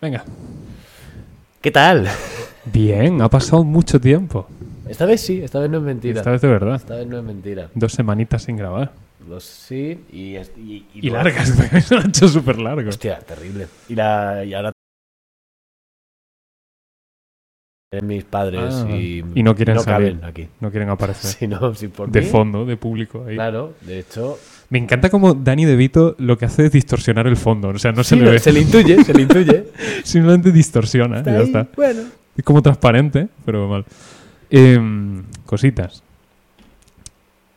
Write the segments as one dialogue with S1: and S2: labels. S1: Venga.
S2: ¿Qué tal?
S1: Bien, ha pasado mucho tiempo.
S2: Esta vez sí, esta vez no es mentira.
S1: Esta vez de verdad.
S2: Esta vez no es mentira.
S1: Dos semanitas sin grabar.
S2: Los sí y... es- Y, y
S1: Y
S2: lo-
S1: largas, porque se lo han hecho súper largo.
S2: Hostia, terrible. Y, la, y ahora... Mis padres
S1: Ah,
S2: y...
S1: y no quieren salir.
S2: caben aquí.
S1: No quieren aparecer.
S2: Si no, si por
S1: De
S2: mí,
S1: fondo, de público. ahí.
S2: Claro, de hecho...
S1: Me encanta como Dani De Vito lo que hace es distorsionar el fondo. O sea, no se
S2: Sí,
S1: le ve.
S2: se le intuye, se le intuye.
S1: Simplemente distorsiona.
S2: Está
S1: ya
S2: ahí,
S1: está.
S2: Bueno.
S1: Es como transparente, pero mal. Em, cositas.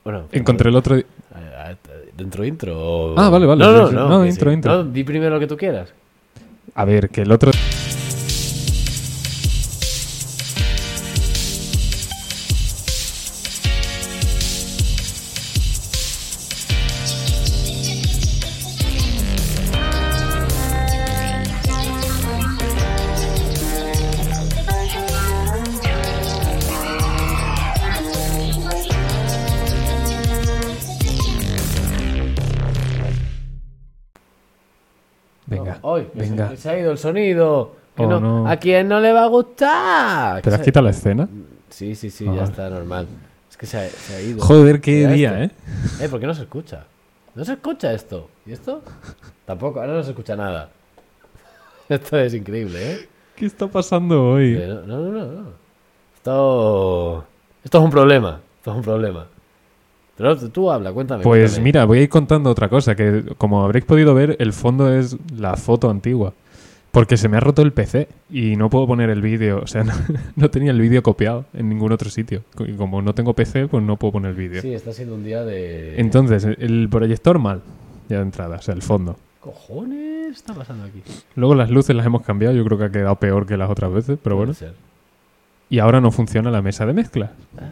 S2: Bueno,
S1: Encontré el otro. di-
S2: Ah, ¿Dentro intro? o-
S1: Ah, vale, vale.
S2: No, no,
S1: Sí, sí.
S2: no.
S1: No,
S2: que
S1: intro, intro.
S2: No, di primero lo que tú quieras.
S1: A ver, que el otro. Venga.
S2: Hoy, que se-
S1: venga.
S2: que Se, ha ido el sonido. Que
S1: Oh,
S2: no-
S1: no.
S2: ¿A quién no le va a gustar?
S1: ¿Pero
S2: Que
S1: has
S2: se-
S1: quitado la escena?
S2: Sí, sí, sí,
S1: Ah,
S2: ya
S1: vale.
S2: está normal. Es que se ha, se ha ido.
S1: Joder, qué
S2: Mira
S1: día, ¿eh?
S2: esto. Eh, ¿por qué no se escucha? No se escucha esto. ¿Y esto? Tampoco, ahora no se escucha nada. Esto es increíble, ¿eh?
S1: ¿Qué está pasando hoy?
S2: Eh, No, no, no, no. Esto. Esto es un problema. Esto es un problema. Pero tú habla, cuéntame.
S1: Pues
S2: cuéntame.
S1: mira, voy a ir contando otra cosa, que como habréis podido ver, el fondo es la foto antigua. Porque se me ha roto el PC y no puedo poner el vídeo. O sea, no, no tenía el vídeo copiado en ningún otro sitio. Y como no tengo PC, pues no puedo poner el vídeo.
S2: Sí, está siendo un día de.
S1: Entonces, el proyector mal, ya de entrada, o sea, el fondo.
S2: cojones está pasando aquí?
S1: Luego las luces las hemos cambiado, yo creo que ha quedado peor que las otras veces, pero bueno. Y ahora no funciona la mesa de mezcla.
S2: Ah.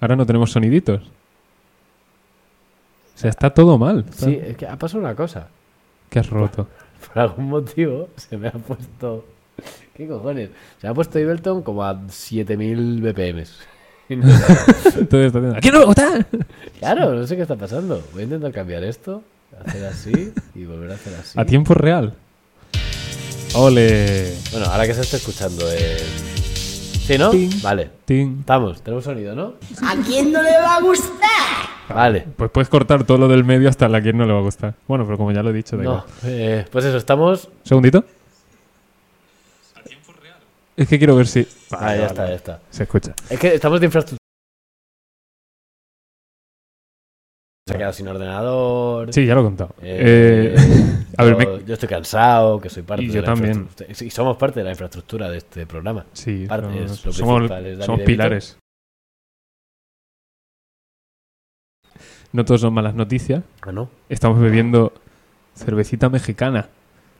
S1: Ahora no tenemos soniditos. O sea, está todo mal.
S2: Sí, es que ha pasado una cosa.
S1: Que has roto.
S2: Por algún motivo se me ha puesto. ¿Qué cojones? Se me ha puesto Ibelton como a 7000 BPM.
S1: Entonces está haciendo, "¿A quién no me gusta?".
S2: claro, no sé qué está pasando. Voy a intentar cambiar esto, hacer así y volver a hacer así.
S1: A tiempo real. Ole.
S2: Bueno, ahora que se está escuchando el. ¿Sí, no?
S1: Ting.
S2: Vale.
S1: Tin.
S2: Estamos, tenemos sonido, ¿no?
S3: ¿A quién no le va a gustar?
S2: Vale.
S1: Pues puedes cortar todo lo del medio hasta la que no le va a gustar. Bueno, pero como ya lo he dicho, da
S2: No,
S1: igual.
S2: eh, pues eso, estamos.
S1: Segundito. Es que quiero ver si.
S2: Ah, ya está, ya está.
S1: Se escucha.
S2: Es que estamos de infraestructura. Se ha quedado sin ordenador.
S1: Sí, ya lo he contado.
S2: Eh,
S1: Eh, a ver,
S2: yo,
S1: me-
S2: yo estoy cansado, que soy parte
S1: Y
S2: de
S1: yo
S2: la
S1: también.
S2: infraestructura. Y somos parte de la infraestructura de este programa.
S1: Sí,
S2: parte
S1: no,
S2: es lo
S1: somos,
S2: principal, es Dani
S1: somos
S2: De Vito.
S1: pilares. No todos son malas noticias.
S2: Ah, no.
S1: Estamos bebiendo cervecita mexicana.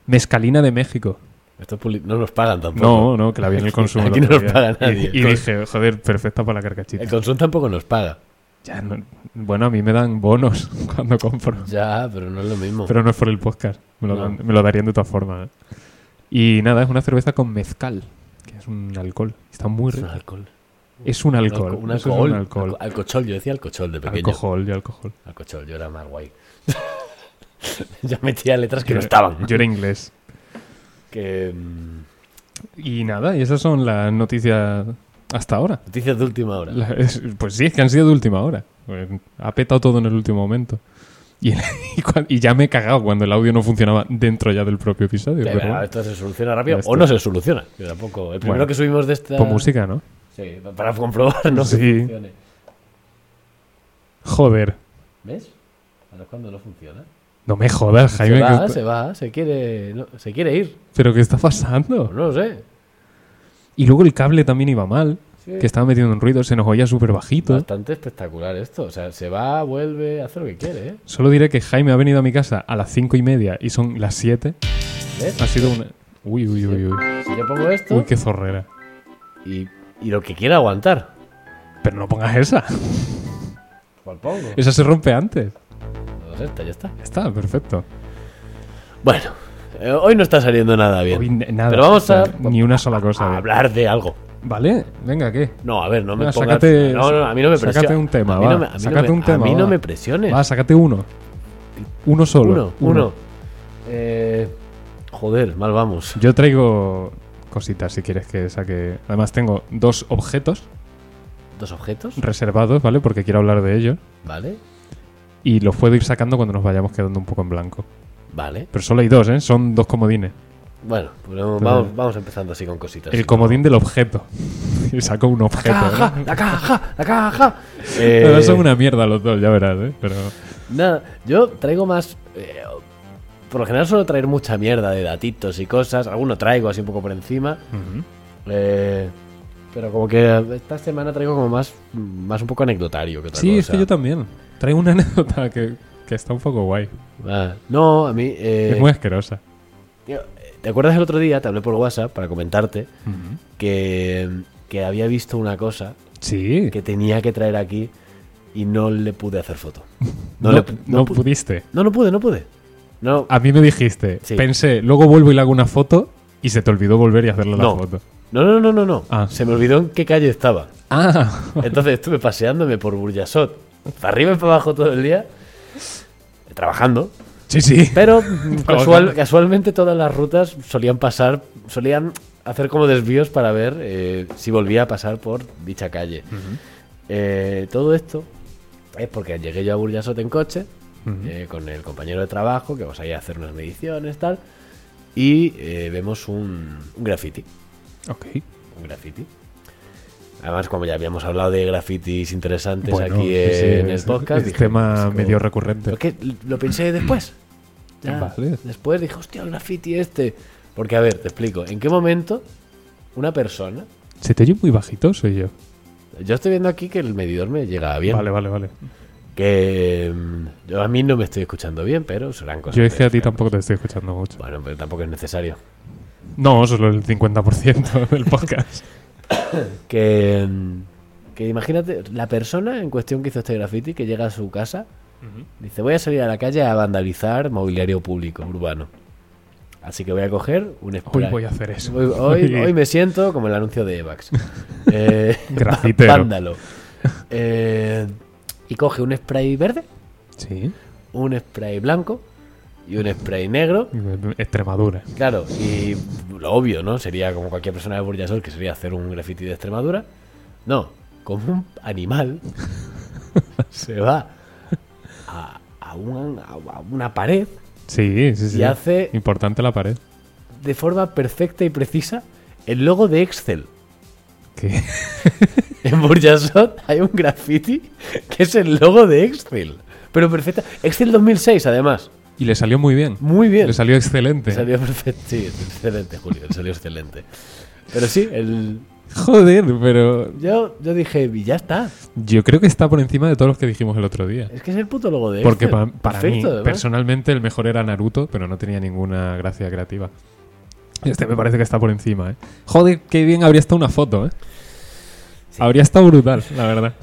S1: Mezcalina de México.
S2: Esto es publi- no nos pagan tampoco.
S1: No, no, que la vi en el
S2: Aquí-
S1: consumo. el
S2: aquí no
S1: otro
S2: nos
S1: día.
S2: paga nadie.
S1: Y, y dije, joder, perfecta para la carcachita.
S2: El consumo tampoco nos paga.
S1: Ya no- bueno, a mí me dan bonos cuando compro.
S2: Ya, pero no es lo mismo.
S1: Pero no es por el podcast. Me lo,
S2: No.
S1: dan- me lo darían de todas formas. ¿eh? Y nada, es una cerveza con mezcal, que es un alcohol. Está muy
S2: es un
S1: rico.
S2: alcohol.
S1: Es un alcohol.
S2: Un
S1: eso
S2: alcohol.
S1: Es un alcohol.
S2: Alco- Alcochol, yo decía alcochol de pequeño.
S1: Alcohol, yo alcohol.
S2: Alcochol, yo era más guay. yo metía letras que no estaban.
S1: Yo era inglés.
S2: Que, mm,
S1: Y nada, y esas son las noticias hasta ahora.
S2: noticias de última hora.
S1: La- es- pues sí, es que han sido de última hora. Pues Ha petado todo en el último momento. Y, y cua- y ya me he cagado cuando el audio no funcionaba dentro ya del propio episodio.
S2: Ya,
S1: pero
S2: verá,
S1: bueno.
S2: esto se soluciona rápido
S1: Ya
S2: o
S1: está.
S2: no se soluciona. Yo tampoco. eh. El primero
S1: Bueno.
S2: que subimos de esta.
S1: Con música, ¿no?
S2: Sí, para comprobar, ¿no? que
S1: Sí.
S2: funcione.
S1: Joder.
S2: ¿Ves? Ahora es cuando no funciona.
S1: No me jodas, Jaime.
S2: se va,
S1: que-
S2: se va, se quiere, no, se quiere ir.
S1: ¿Pero qué está
S2: Pues
S1: pasando?
S2: no lo sé.
S1: Y luego el cable también iba mal.
S2: Sí.
S1: Que estaba metiendo un ruido, se nos oía súper bajito.
S2: Bastante espectacular esto. O sea, se va, vuelve, hace lo que quiere, ¿eh?
S1: Solo diré que Jaime ha venido a mi casa a las cinco y media y son las siete.
S2: ¿Ves?
S1: Ha sido una... Uy, uy, uy, uy.
S2: Si yo pongo esto
S1: Ah. Uy, qué zorrera.
S2: y, y lo que quiera aguantar.
S1: Pero no pongas esa.
S2: ¿Cuál pues pongo?
S1: Esa se rompe antes.
S2: Pues esta, ya está.
S1: Ya está, perfecto.
S2: Bueno, eh, hoy no está saliendo nada bien.
S1: Hoy n- nada.
S2: Pero vamos
S1: o sea,
S2: a, Ah,
S1: Ni una sola cosa.
S2: a
S1: ¿eh?
S2: hablar de algo.
S1: ¿Vale? Venga, ¿qué?
S2: No, a ver, no me
S1: Venga,
S2: pongas...
S1: sácate-
S2: no, no, a mí no me
S1: sácate
S2: presiones.
S1: un tema,
S2: a mí
S1: va.
S2: no me, a mí
S1: Sácate
S2: no me,
S1: un tema,
S2: A mí no
S1: va.
S2: me presiones.
S1: Va, sácate uno. Uno solo.
S2: uno, uno. Eh, Joder, mal vamos.
S1: Yo traigo cositas si quieres que saque. Además tengo dos objetos
S2: ¿Dos objetos?
S1: reservados, ¿vale? Porque quiero hablar de ellos.
S2: Vale,
S1: Y los puedo ir sacando cuando nos vayamos quedando un poco en blanco.
S2: vale.
S1: Pero solo hay dos, ¿eh? Son dos comodines.
S2: Bueno, pues vamos, vamos empezando así con cositas.
S1: El comodín del objeto. y saco un
S2: La
S1: objeto. ¿eh?
S2: caja, la caja, la caja.
S1: Pero
S2: Eh,
S1: son una mierda los dos, ya verás, ¿eh? Pero
S2: Nada, yo traigo más. eh, por lo general suelo traer mucha mierda de datitos y cosas. Alguno traigo así un poco por encima. Eh, pero como que esta semana traigo como más, más un poco anecdotario que otra
S1: Sí, es
S2: cosa.
S1: que yo también. Traigo una anécdota que, que está un poco guay.
S2: Ah, no, a mí. eh,
S1: Es muy asquerosa.
S2: tío, ¿Te acuerdas el otro día? Te hablé por WhatsApp para comentarte que, que había visto una cosa
S1: Sí.
S2: que tenía que traer aquí y no le pude hacer foto.
S1: No, Ah.
S2: le-
S1: no
S2: pu-
S1: pudiste.
S2: No, no pude, no pude. No,
S1: A mí me dijiste,
S2: Sí.
S1: pensé, luego vuelvo y le hago una foto y se te olvidó volver y hacerle
S2: No.
S1: la foto.
S2: no, no, no, no. no.
S1: Ah.
S2: Se me olvidó en qué calle estaba.
S1: Ah,
S2: Entonces estuve paseándome por Burjasot, para arriba y para abajo todo el día, eh, trabajando.
S1: sí, sí.
S2: Pero mm, casual-
S1: Trabajando.
S2: casualmente todas las rutas solían pasar, solían hacer como desvíos para ver eh, si volvía a pasar por dicha calle. Eh, todo esto es porque llegué yo a Burjasot en coche,
S1: Ujú.
S2: eh, con el compañero de trabajo, que vamos a ir a hacer unas mediciones, tal, y eh, vemos un, un graffiti.
S1: Ok.
S2: Un graffiti. Además, como ya habíamos hablado de grafitis interesantes
S1: Bueno,
S2: aquí
S1: sí,
S2: en
S1: sí,
S2: el
S1: es-
S2: podcast.
S1: Es
S2: dije,
S1: tema
S2: es como-
S1: medio recurrente.
S2: Pero es que lo pensé después. Ya,
S1: Vale.
S2: Después dije, hostia, el graffiti este. Porque, a ver, te explico. ¿En qué momento una persona.
S1: Se te oye muy bajito, soy yo.
S2: Yo estoy viendo aquí que el medidor me llega bien.
S1: Vale, vale, vale.
S2: Que mm, yo a mí no me estoy escuchando bien, pero serán cosas.
S1: Yo es que a ti
S2: técnicas.
S1: tampoco te estoy escuchando mucho.
S2: Bueno, pero tampoco es necesario.
S1: No, solo el 50% del podcast.
S2: Que, mm, que imagínate, la persona en cuestión que hizo este graffiti, que llega a su casa, dice, voy a salir a la calle a vandalizar mobiliario público urbano. Así que voy a coger un
S1: Hoy
S2: spray.
S1: voy a hacer eso.
S2: Hoy, hoy- hoy me siento como el anuncio de Evax. Eh,
S1: Grafitero.
S2: Vándalo. Eh, y coge un spray verde,
S1: Sí.
S2: un spray blanco y un spray negro.
S1: Extremadura.
S2: Claro, y lo obvio, ¿no? Sería como cualquier persona de Burjasot, que sería hacer un graffiti de Extremadura. No, como un animal se va a, a un- a una pared
S1: Sí, sí, sí.
S2: y hace
S1: Importante la pared.
S2: de forma perfecta y precisa el logo de Excel.
S1: ¿Qué?
S2: En Burjasot hay un graffiti que es el logo de Excel. Pero perfecta. Excel 2006, además.
S1: Y le salió muy bien.
S2: Muy bien.
S1: Le salió excelente.
S2: Salió perfecto. Sí, excelente, Julio. Salió excelente. Pero sí, el,
S1: Joder, pero
S2: Yo, yo dije, y ya está.
S1: yo creo que está por encima de todos los que dijimos el otro día.
S2: Es que es el puto logo de
S1: Porque
S2: Excel.
S1: pa- para
S2: Perfecto,
S1: mí,
S2: además.
S1: personalmente, el mejor era Naruto, pero no tenía ninguna gracia creativa. Este me parece que está por encima, ¿eh? Joder, qué bien habría estado una foto, ¿eh? Habría estado brutal, la verdad.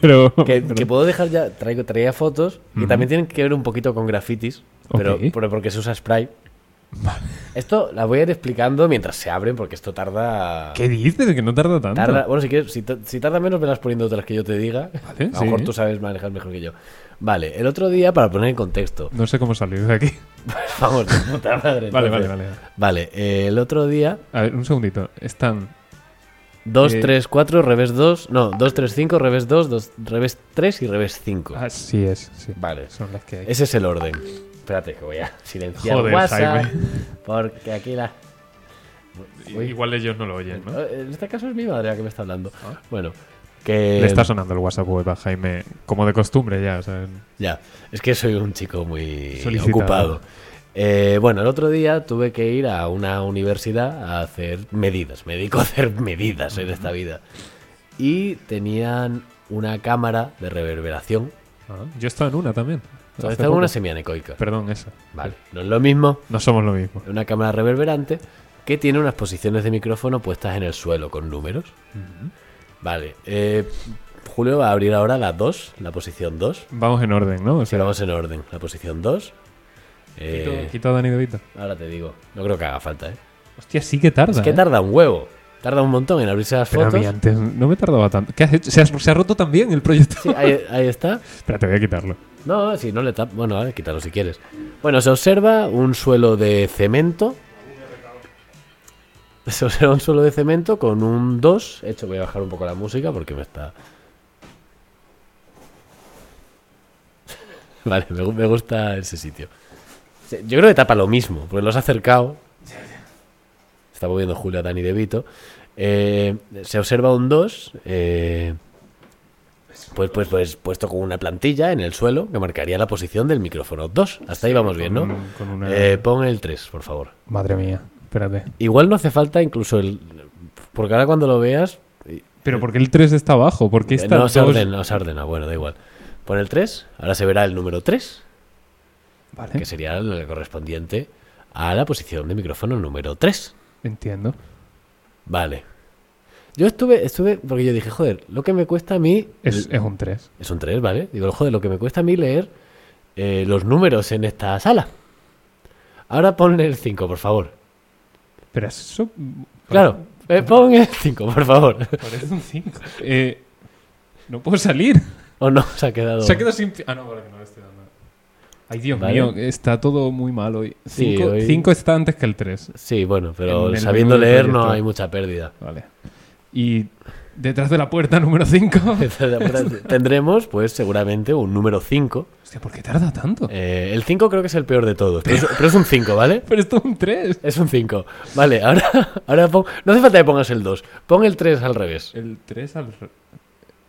S1: pero...
S2: Que,
S1: pero-
S2: que puedo dejar ya, traigo, traía fotos y
S1: Ujú.
S2: también tienen que ver un poquito con grafitis, pero,
S1: Ok.
S2: pero porque se usa spray. Esto la voy a ir explicando mientras se abren, porque esto tarda.
S1: ¿Qué dices? Que no tarda tanto.
S2: tarda bueno, si quieres, si, ta- si tarda menos, me las poniendo otras que yo te diga.
S1: Vale,
S2: a lo
S1: Ah, sí.
S2: mejor tú sabes manejar mejor que yo. Vale, el otro día, para poner en contexto,
S1: No sé cómo salir de aquí.
S2: vamos, de puta madre.
S1: Vale, vale,
S2: entonces.
S1: vale.
S2: Vale, eh, el otro día,
S1: A ver, un segundito. Están...
S2: 2,
S1: Eh,
S2: 3, 4, revés 2. No, 2, 3, 5, revés 2, 2 revés 3 y revés 5.
S1: Así es, Ah, sí.
S2: Vale.
S1: Son las que hay.
S2: Ese es el orden. Espérate que voy a silenciar
S1: Joder,
S2: WhatsApp.
S1: Jaime.
S2: Porque aquí la... Uy.
S1: Eh, Igual ellos no lo oyen, ¿no?
S2: Eh, En este caso es mi madre la que me está hablando.
S1: Ah.
S2: Bueno, que...
S1: Le está sonando el WhatsApp web a Jaime, como de costumbre ya, o sea,
S2: Ya, es que soy un chico muy
S1: Solicitado.
S2: ocupado. Eh, bueno, el otro día tuve que ir a una universidad a hacer medidas. Me dedico a hacer medidas en esta vida. Y tenían una cámara de reverberación.
S1: Ah, Yo estaba en una también. hace
S2: Esta es una
S1: poco.
S2: semianecoica.
S1: Perdón, esa.
S2: Vale, no es lo mismo.
S1: No somos lo mismo.
S2: una cámara reverberante que tiene unas posiciones de micrófono puestas en el suelo con números. Vale, eh, Julio va a abrir ahora la 2, la posición 2.
S1: Vamos en orden, ¿no? O sea,
S2: Vamos en orden, la posición 2. Eh,
S1: quito, quito a Dani De Vito.
S2: ahora te digo, no creo que haga falta, ¿eh?
S1: Hostia, sí que tarda.
S2: Es que
S1: ¿eh?
S2: tarda un huevo, tarda un montón en abrirse las
S1: Pero a
S2: fotos.
S1: mí antes no me tardaba tanto. ¿Qué has hecho? ¿Se, ha, se ha roto también el proyecto.
S2: Sí, ahí, ahí está.
S1: Espera, te voy a quitarlo.
S2: No, si no le tapas. Bueno, vale, quítalo si quieres. Bueno, se observa un suelo de cemento. Se observa un suelo de cemento con un 2. Hecho, voy a bajar un poco la música porque me está. Vale, me, gu- me gusta ese sitio. Sí, Yo creo que tapa lo mismo, porque los ha acercado. Está moviendo Julio a Dani De Vito. Eh, se observa un 2. eh, pues, pues, pues puesto con una plantilla en el suelo que marcaría la posición del micrófono 2. Hasta ahí vamos bien, ¿no?
S1: Con- con una-
S2: Eh, pon el 3, por favor.
S1: Madre mía, espérate.
S2: Igual no hace falta incluso el. Porque ahora cuando lo veas. eh,
S1: Pero ¿por qué el 3 está abajo? ¿Por qué está
S2: no se
S1: dos?
S2: ordena, no se ordena. Bueno, da igual. Pon el 3. Ahora se verá el número 3.
S1: Vale,
S2: que sería el correspondiente a la posición de micrófono número 3.
S1: entiendo.
S2: Vale. Yo estuve, estuve, porque yo dije, joder, lo que me cuesta a mí...
S1: Es,
S2: l-
S1: es un 3.
S2: es un 3, ¿vale? Digo, joder, lo que me cuesta a mí leer eh, los números en esta sala. Ahora pon el 5, por favor.
S1: Pues Pero eso...
S2: Claro, eh, pon el 5, por favor.
S1: Parece un 5. Eh, no puedo salir.
S2: o no, se ha quedado...
S1: Se ha quedado sin... Ah, no, vale, que no le estoy dando. Ay, Dios
S2: Vale.
S1: mío, está todo muy mal hoy. 5
S2: Sí, hoy-
S1: está antes que el 3.
S2: Sí, bueno,
S1: En
S2: pero
S1: el
S2: sabiendo
S1: menú del
S2: leer no
S1: proyecto.
S2: hay mucha pérdida.
S1: Vale. Y detrás de la puerta número 5...
S2: Tendremos, pues, seguramente un número 5.
S1: Hostia, ¿por qué tarda tanto?
S2: Eh, el 5 creo que es el peor de todos, pero es, pero es un 5, ¿vale?
S1: Pero esto es un 3.
S2: Es un 5. Vale, ahora, ahora pon- no hace falta que pongas el 2, pon el 3 al revés.
S1: El 3 al... re-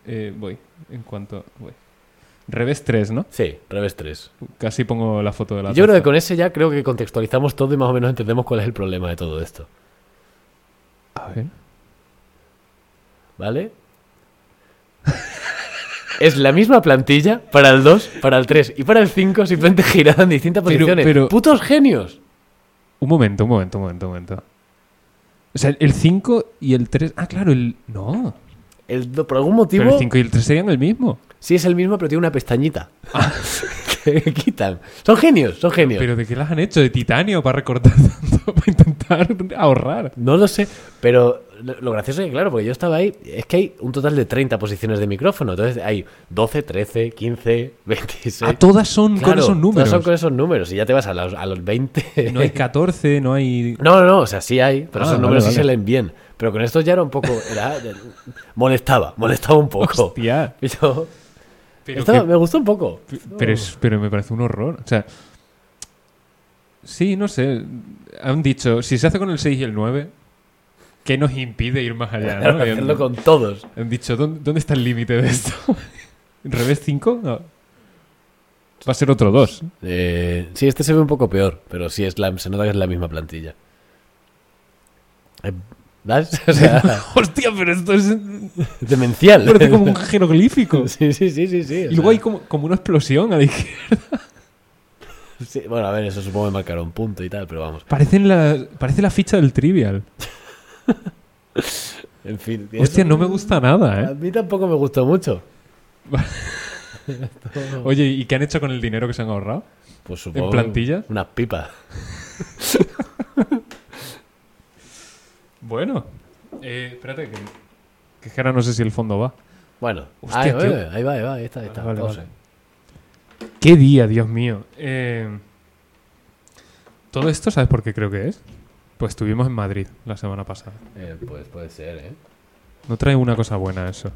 S1: Eh, voy, en cuanto... Voy. Revés 3, ¿no?
S2: Sí, revés 3.
S1: Casi pongo la foto de la
S2: Yo creo
S1: taza.
S2: que con ese ya creo que contextualizamos todo y más o menos entendemos cuál es el problema de todo esto.
S1: A ver.
S2: ¿Vale? Es la misma plantilla para el 2, para el 3 y para el 5, simplemente girada en distintas
S1: Pero-
S2: posiciones.
S1: pero-
S2: ¡Putos genios!
S1: Un momento, un momento, un momento, un momento. O sea, el 5 y el 3... Ah, claro, el... No.
S2: El do- por algún
S1: Pero
S2: motivo,
S1: el 5 y el 3 serían el mismo.
S2: sí es el mismo, pero tiene una pestañita. que quitan. Son genios, son genios.
S1: Ah. ¿Pero de qué las han hecho? ¿De titanio para recortar tanto? Para intentar ahorrar.
S2: No lo sé, pero lo lo gracioso es que, claro, porque yo estaba ahí, es que hay un total de 30 posiciones de micrófono. Entonces hay 12, 13, 15, 26.
S1: Ah, todas son con
S2: Claro,
S1: esos
S2: todas
S1: números.
S2: son con esos números y ya te vas a los, a los 20.
S1: No hay 14, no hay...
S2: No, no, no, o sea, sí hay, pero
S1: Ah,
S2: esos
S1: vale,
S2: números
S1: vale.
S2: sí se leen bien. Pero con estos ya era un poco. era- molestaba, molestaba un poco.
S1: Hostia.
S2: Y yo-
S1: Pero,
S2: estaba-
S1: que-
S2: me gustó un poco.
S1: pero, es- pero me parece un horror. O sea... Sí, no sé. Han dicho, si se hace con el 6 y el 9, ¿qué nos impide ir más allá? no? Y
S2: Hacerlo
S1: han,
S2: con todos.
S1: han dicho, ¿dónde, dónde está el límite de esto? ¿Revés 5? No. Va a ser otro 2.
S2: Eh, sí, este se ve un poco peor, pero sí, es la, se nota que es la misma plantilla. Eh, ¿Ves? O sea,
S1: Hostia, pero esto es...
S2: demencial.
S1: Parece como un jeroglífico.
S2: Sí, sí, sí, sí. sí o
S1: Y luego hay
S2: sea,
S1: como, como una explosión a la izquierda.
S2: sí, Bueno, a ver, eso supongo que marcará un punto y tal, pero vamos.
S1: Parecen la, parece la ficha del Trivial.
S2: En fin.
S1: Hostia,
S2: eso-
S1: no me gusta nada,
S2: A
S1: ¿eh?
S2: mí tampoco me gustó mucho.
S1: Oye, ¿y qué han hecho con el dinero que se han ahorrado?
S2: Pues supongo.
S1: ¿En plantillas?
S2: Unas pipas.
S1: Bueno, eh, espérate, que, que es que ahora no sé si el fondo va.
S2: Bueno,
S1: Hostia,
S2: ahí,
S1: tío. Ah,
S2: va, ahí va, ahí va, ahí está, ahí está.
S1: Vale,
S2: pose.
S1: vale. ¡Qué día, Dios mío! Eh, Todo esto, ¿sabes por qué creo que es? Pues estuvimos en Madrid la semana pasada.
S2: Eh, pues puede ser, ¿eh?
S1: No trae una cosa buena eso.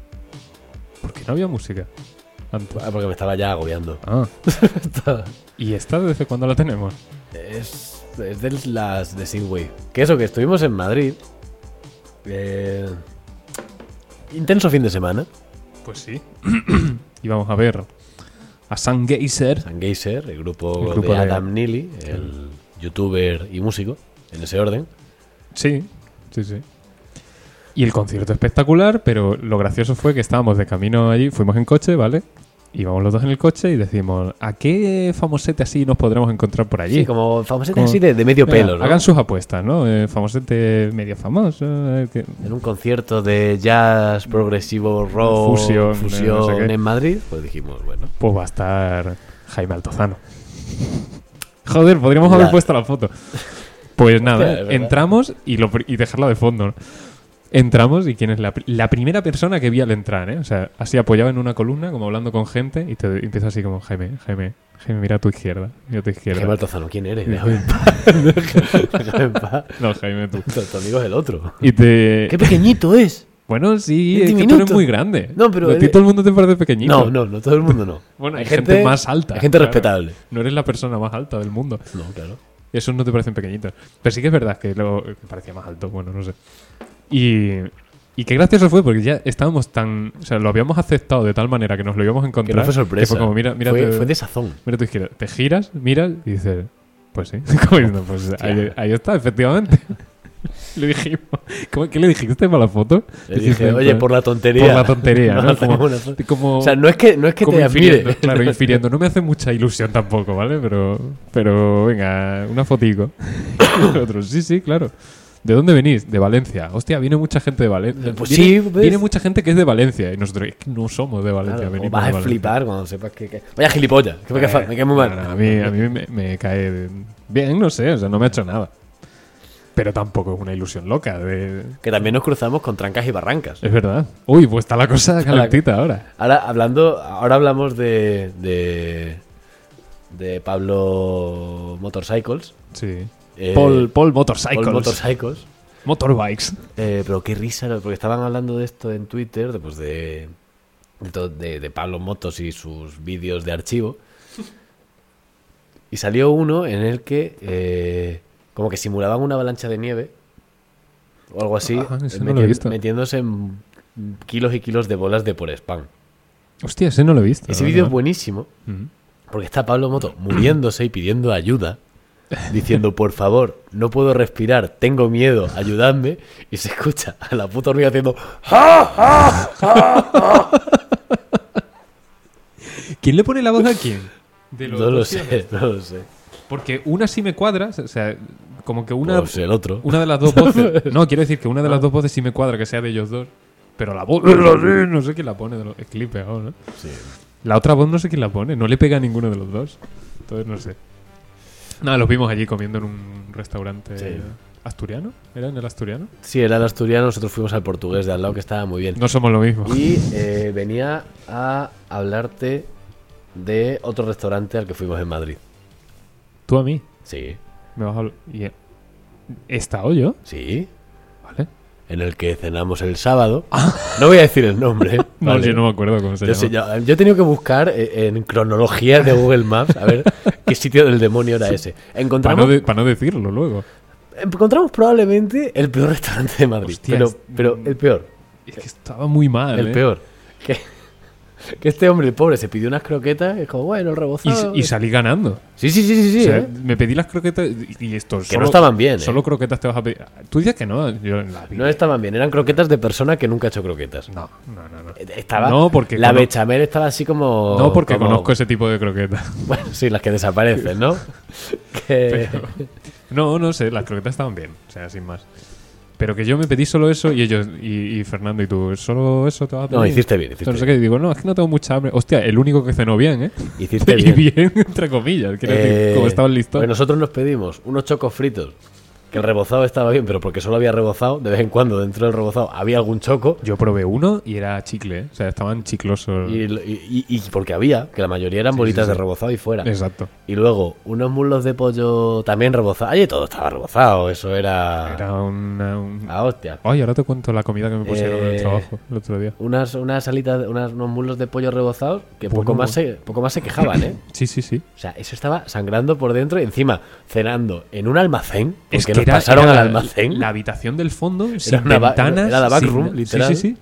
S1: ¿Por qué no había música? Antes.
S2: Ah, porque me estaba ya agobiando.
S1: Ah. ¿Y esta desde cuándo la tenemos?
S2: Es, es de las de Sidway. Que eso, que estuvimos en Madrid. Eh, intenso fin de semana.
S1: Pues sí. y vamos a ver a Sam Geyser.
S2: San Geyser, el grupo,
S1: El grupo
S2: de
S1: de-
S2: Adam Neely, el youtuber y músico, en ese orden.
S1: Sí, sí, sí. Y el concierto espectacular, pero lo gracioso fue que estábamos de camino allí, fuimos en coche, ¿vale? Íbamos los dos en el coche y decimos, ¿a qué famosete así nos podremos encontrar por allí?
S2: Sí, como famosete
S1: Como-
S2: así de, de medio
S1: Venga,
S2: pelo, ¿no?
S1: Hagan sus apuestas, ¿no? Eh, famosete medio famoso. eh, que-
S2: En un concierto de jazz, progresivo, rock,
S1: Fusión, eh,
S2: fusión,
S1: no sé qué.
S2: en Madrid, pues dijimos, bueno.
S1: Pues va a estar Jaime Altozano. Joder, podríamos haber
S2: Ya.
S1: puesto la foto. Pues nada,
S2: es verdad.
S1: entramos y, lo, pri- y dejarla de fondo. ¿no? Entramos y quién es la, pri- la primera persona que vi al entrar, ¿eh? O sea, así apoyado en una columna, como hablando con gente, y te y empieza así como, Jaime, Jaime, Jaime, mira a tu izquierda, mira a tu izquierda.
S2: Jaime Altozano, ¿quién eres? Déjame en paz. Déjame en paz.
S1: No, Jaime, tú.
S2: Tu, tu amigo es el otro.
S1: Y te...
S2: ¡Qué pequeñito es!
S1: Bueno, sí, es
S2: Veinte
S1: que tú eres
S2: minutos.
S1: muy grande.
S2: No, pero
S1: A ti
S2: eres-
S1: todo el mundo te parece pequeñito.
S2: No, no, no todo el mundo no.
S1: Bueno, hay gente más alta,
S2: Hay gente
S1: claro.
S2: respetable.
S1: No eres la persona más alta del mundo.
S2: No, claro.
S1: Esos no te parecen pequeñitos. Pero sí que es verdad que lo que parecía más alto, bueno, no sé. Y, y qué gracioso fue, porque ya estábamos tan. O sea, lo habíamos aceptado de tal manera que nos lo íbamos a
S2: Que
S1: encontrar.
S2: no fue sorpresa.
S1: fue como, mira, mira,
S2: fue,
S1: tu-
S2: fue de sazón.
S1: mira tu izquierda. Te giras, miras y dices, pues sí. Como diciendo, pues ahí, ahí está, efectivamente. le dijimos, ¿cómo- ¿qué le dijiste para la foto?
S2: Le dije, oye, por la tontería.
S1: Por la tontería, ¿no?
S2: No,
S1: Como-
S2: tenemos una-
S1: como-
S2: O sea, no es que, no es que
S1: como
S2: te
S1: infiriendo,
S2: admire.
S1: claro, infiriendo. No me hace mucha ilusión tampoco, ¿vale? Pero, pero venga, una fotico. Y otros, sí, sí, claro. ¿De dónde venís? De Valencia. Hostia, viene mucha gente de Valencia.
S2: Pues
S1: viene,
S2: sí, ¿ves?
S1: viene mucha gente que es de Valencia. Y nosotros es que no somos de Valencia.
S2: Claro, como
S1: venimos de
S2: vas a
S1: Valencia.
S2: flipar cuando sepas que... que- Vaya gilipollas, que me cae, fa- me cae muy mal.
S1: Claro, a mí, a mí me, me cae bien, no sé, o sea, no me ha hecho nada. Pero tampoco es una ilusión loca. De...
S2: Que también nos cruzamos con trancas y barrancas.
S1: Es verdad. Uy, pues está la cosa calentita ahora.
S2: Ahora hablando, ahora hablamos de, de, de Pablo Motorcycles.
S1: Sí.
S2: Eh,
S1: Paul, Paul Motorcycles.
S2: Paul Motorcycles.
S1: Motorbikes.
S2: Eh, pero qué risa, ¿no? porque estaban hablando de esto en Twitter, de, pues de, de, to- de- de Pablo Motos y sus vídeos de archivo. Y salió uno en el que eh, como que simulaban una avalancha de nieve o algo así,
S1: Ah, ese
S2: eh,
S1: no lo he
S2: metien-
S1: visto.
S2: metiéndose en kilos y kilos de bolas de por spam.
S1: Hostia, ese Ah, no lo he visto.
S2: Ese
S1: la
S2: vídeo es
S1: verdad.
S2: buenísimo.
S1: Ujú.
S2: Porque está Pablo Moto muriéndose y pidiendo ayuda, diciendo, por favor, no puedo respirar, tengo miedo, ayudadme. Y se escucha a la puta hormiga haciendo,
S1: ¿Quién le pone la voz a quién? De los
S2: no lo
S1: dos, tío.
S2: sé, no lo sé.
S1: Porque una sí me cuadra, o sea, como que una,
S2: Pues el otro.
S1: una de las dos voces. No, quiero decir que una de las dos voces sí me cuadra que sea de ellos dos. Pero la voz. No sé quién la pone. De los, es clip ahora, ¿no?
S2: Sí.
S1: La otra voz no sé quién la pone. No le pega a ninguno de los dos. Entonces no sé. Nada, los vimos allí comiendo en un restaurante.
S2: Sí.
S1: ¿Asturiano? ¿Era en el asturiano?
S2: Sí, era el asturiano, nosotros fuimos al portugués de al lado, que estaba muy bien.
S1: No somos lo mismo.
S2: Y eh, venía a hablarte de otro restaurante al que fuimos en Madrid.
S1: Tú a mí.
S2: Sí,
S1: Me vas a hablar. y- ¿He estado yo?
S2: sí,
S1: Vale.
S2: en el que cenamos el sábado. No voy a decir el nombre.
S1: No,
S2: ¿vale?
S1: yo no me acuerdo cómo se
S2: Yo,
S1: llama.
S2: sé, ya- yo he tenido que buscar eh, en cronología de Google Maps a ver qué sitio del demonio era ese.
S1: Para
S2: Encontramos,
S1: no, de- pa' no decirlo luego.
S2: encontramos probablemente el peor restaurante de Madrid.
S1: Hostia,
S2: pero,
S1: es-
S2: pero el peor,
S1: Es que estaba muy mal.
S2: el
S1: ¿eh?
S2: peor. Que, que este hombre, el pobre, se pidió unas croquetas y es como, bueno,
S1: Y,
S2: rebozado.
S1: y salí ganando.
S2: sí, sí, sí, sí. sí,
S1: O sea,
S2: ¿eh?
S1: Me pedí las croquetas y- y esto.
S2: Que no estaban bien, ¿eh?
S1: Solo croquetas te vas a pedir. Tú dices que no. Yo en la
S2: No estaban bien, eran croquetas de persona que nunca ha hecho croquetas.
S1: no, no, no. No,
S2: Estaba,
S1: No, porque
S2: la
S1: cono-
S2: bechamel estaba así como...
S1: No, porque
S2: como-
S1: conozco ese tipo de croquetas.
S2: Bueno, sí, las que desaparecen, ¿no? Que-
S1: No, no sé. Las croquetas estaban bien. O sea, sin más. Pero que yo me pedí solo eso y ellos. Y, y Fernando y tú. ¿Solo eso te vas a pedir?
S2: No, hiciste bien, hiciste
S1: no sé qué. Y digo, no, es que no tengo mucha hambre. Hostia, el único que cenó bien, ¿eh?
S2: Hiciste
S1: Y bien, entre comillas. Quiero decir,
S2: Eh,
S1: como estaba el listón.
S2: pues nosotros nos pedimos unos chocos fritos. Que el rebozado estaba bien, pero porque solo había rebozado, de vez en cuando dentro del rebozado había algún choco.
S1: Yo probé uno y era chicle, ¿eh? o sea, estaban chiclosos.
S2: Y, y- y- y porque había, que la mayoría eran bolitas de rebozado y fuera.
S1: Exacto.
S2: Y luego unos muslos de pollo también rebozados. Ay, todo estaba rebozado, eso era.
S1: Era una, un...
S2: Ah, hostia.
S1: Ay, ahora te cuento la comida que me pusieron en el
S2: Eh,
S1: trabajo el otro día.
S2: Unas, unas alitas, unas- unos muslos de pollo rebozados que poco,
S1: Bueno,
S2: más se, poco más se quejaban, ¿eh?
S1: Sí, sí, sí.
S2: O sea, eso estaba sangrando por dentro y encima cenando en un almacén.
S1: era-
S2: Porque nos pasaron
S1: era
S2: al
S1: la-
S2: almacén.
S1: La habitación del fondo, sin
S2: una ba-
S1: ventanas.
S2: era la backroom,
S1: sin-
S2: literal.
S1: Sí, sí, sí.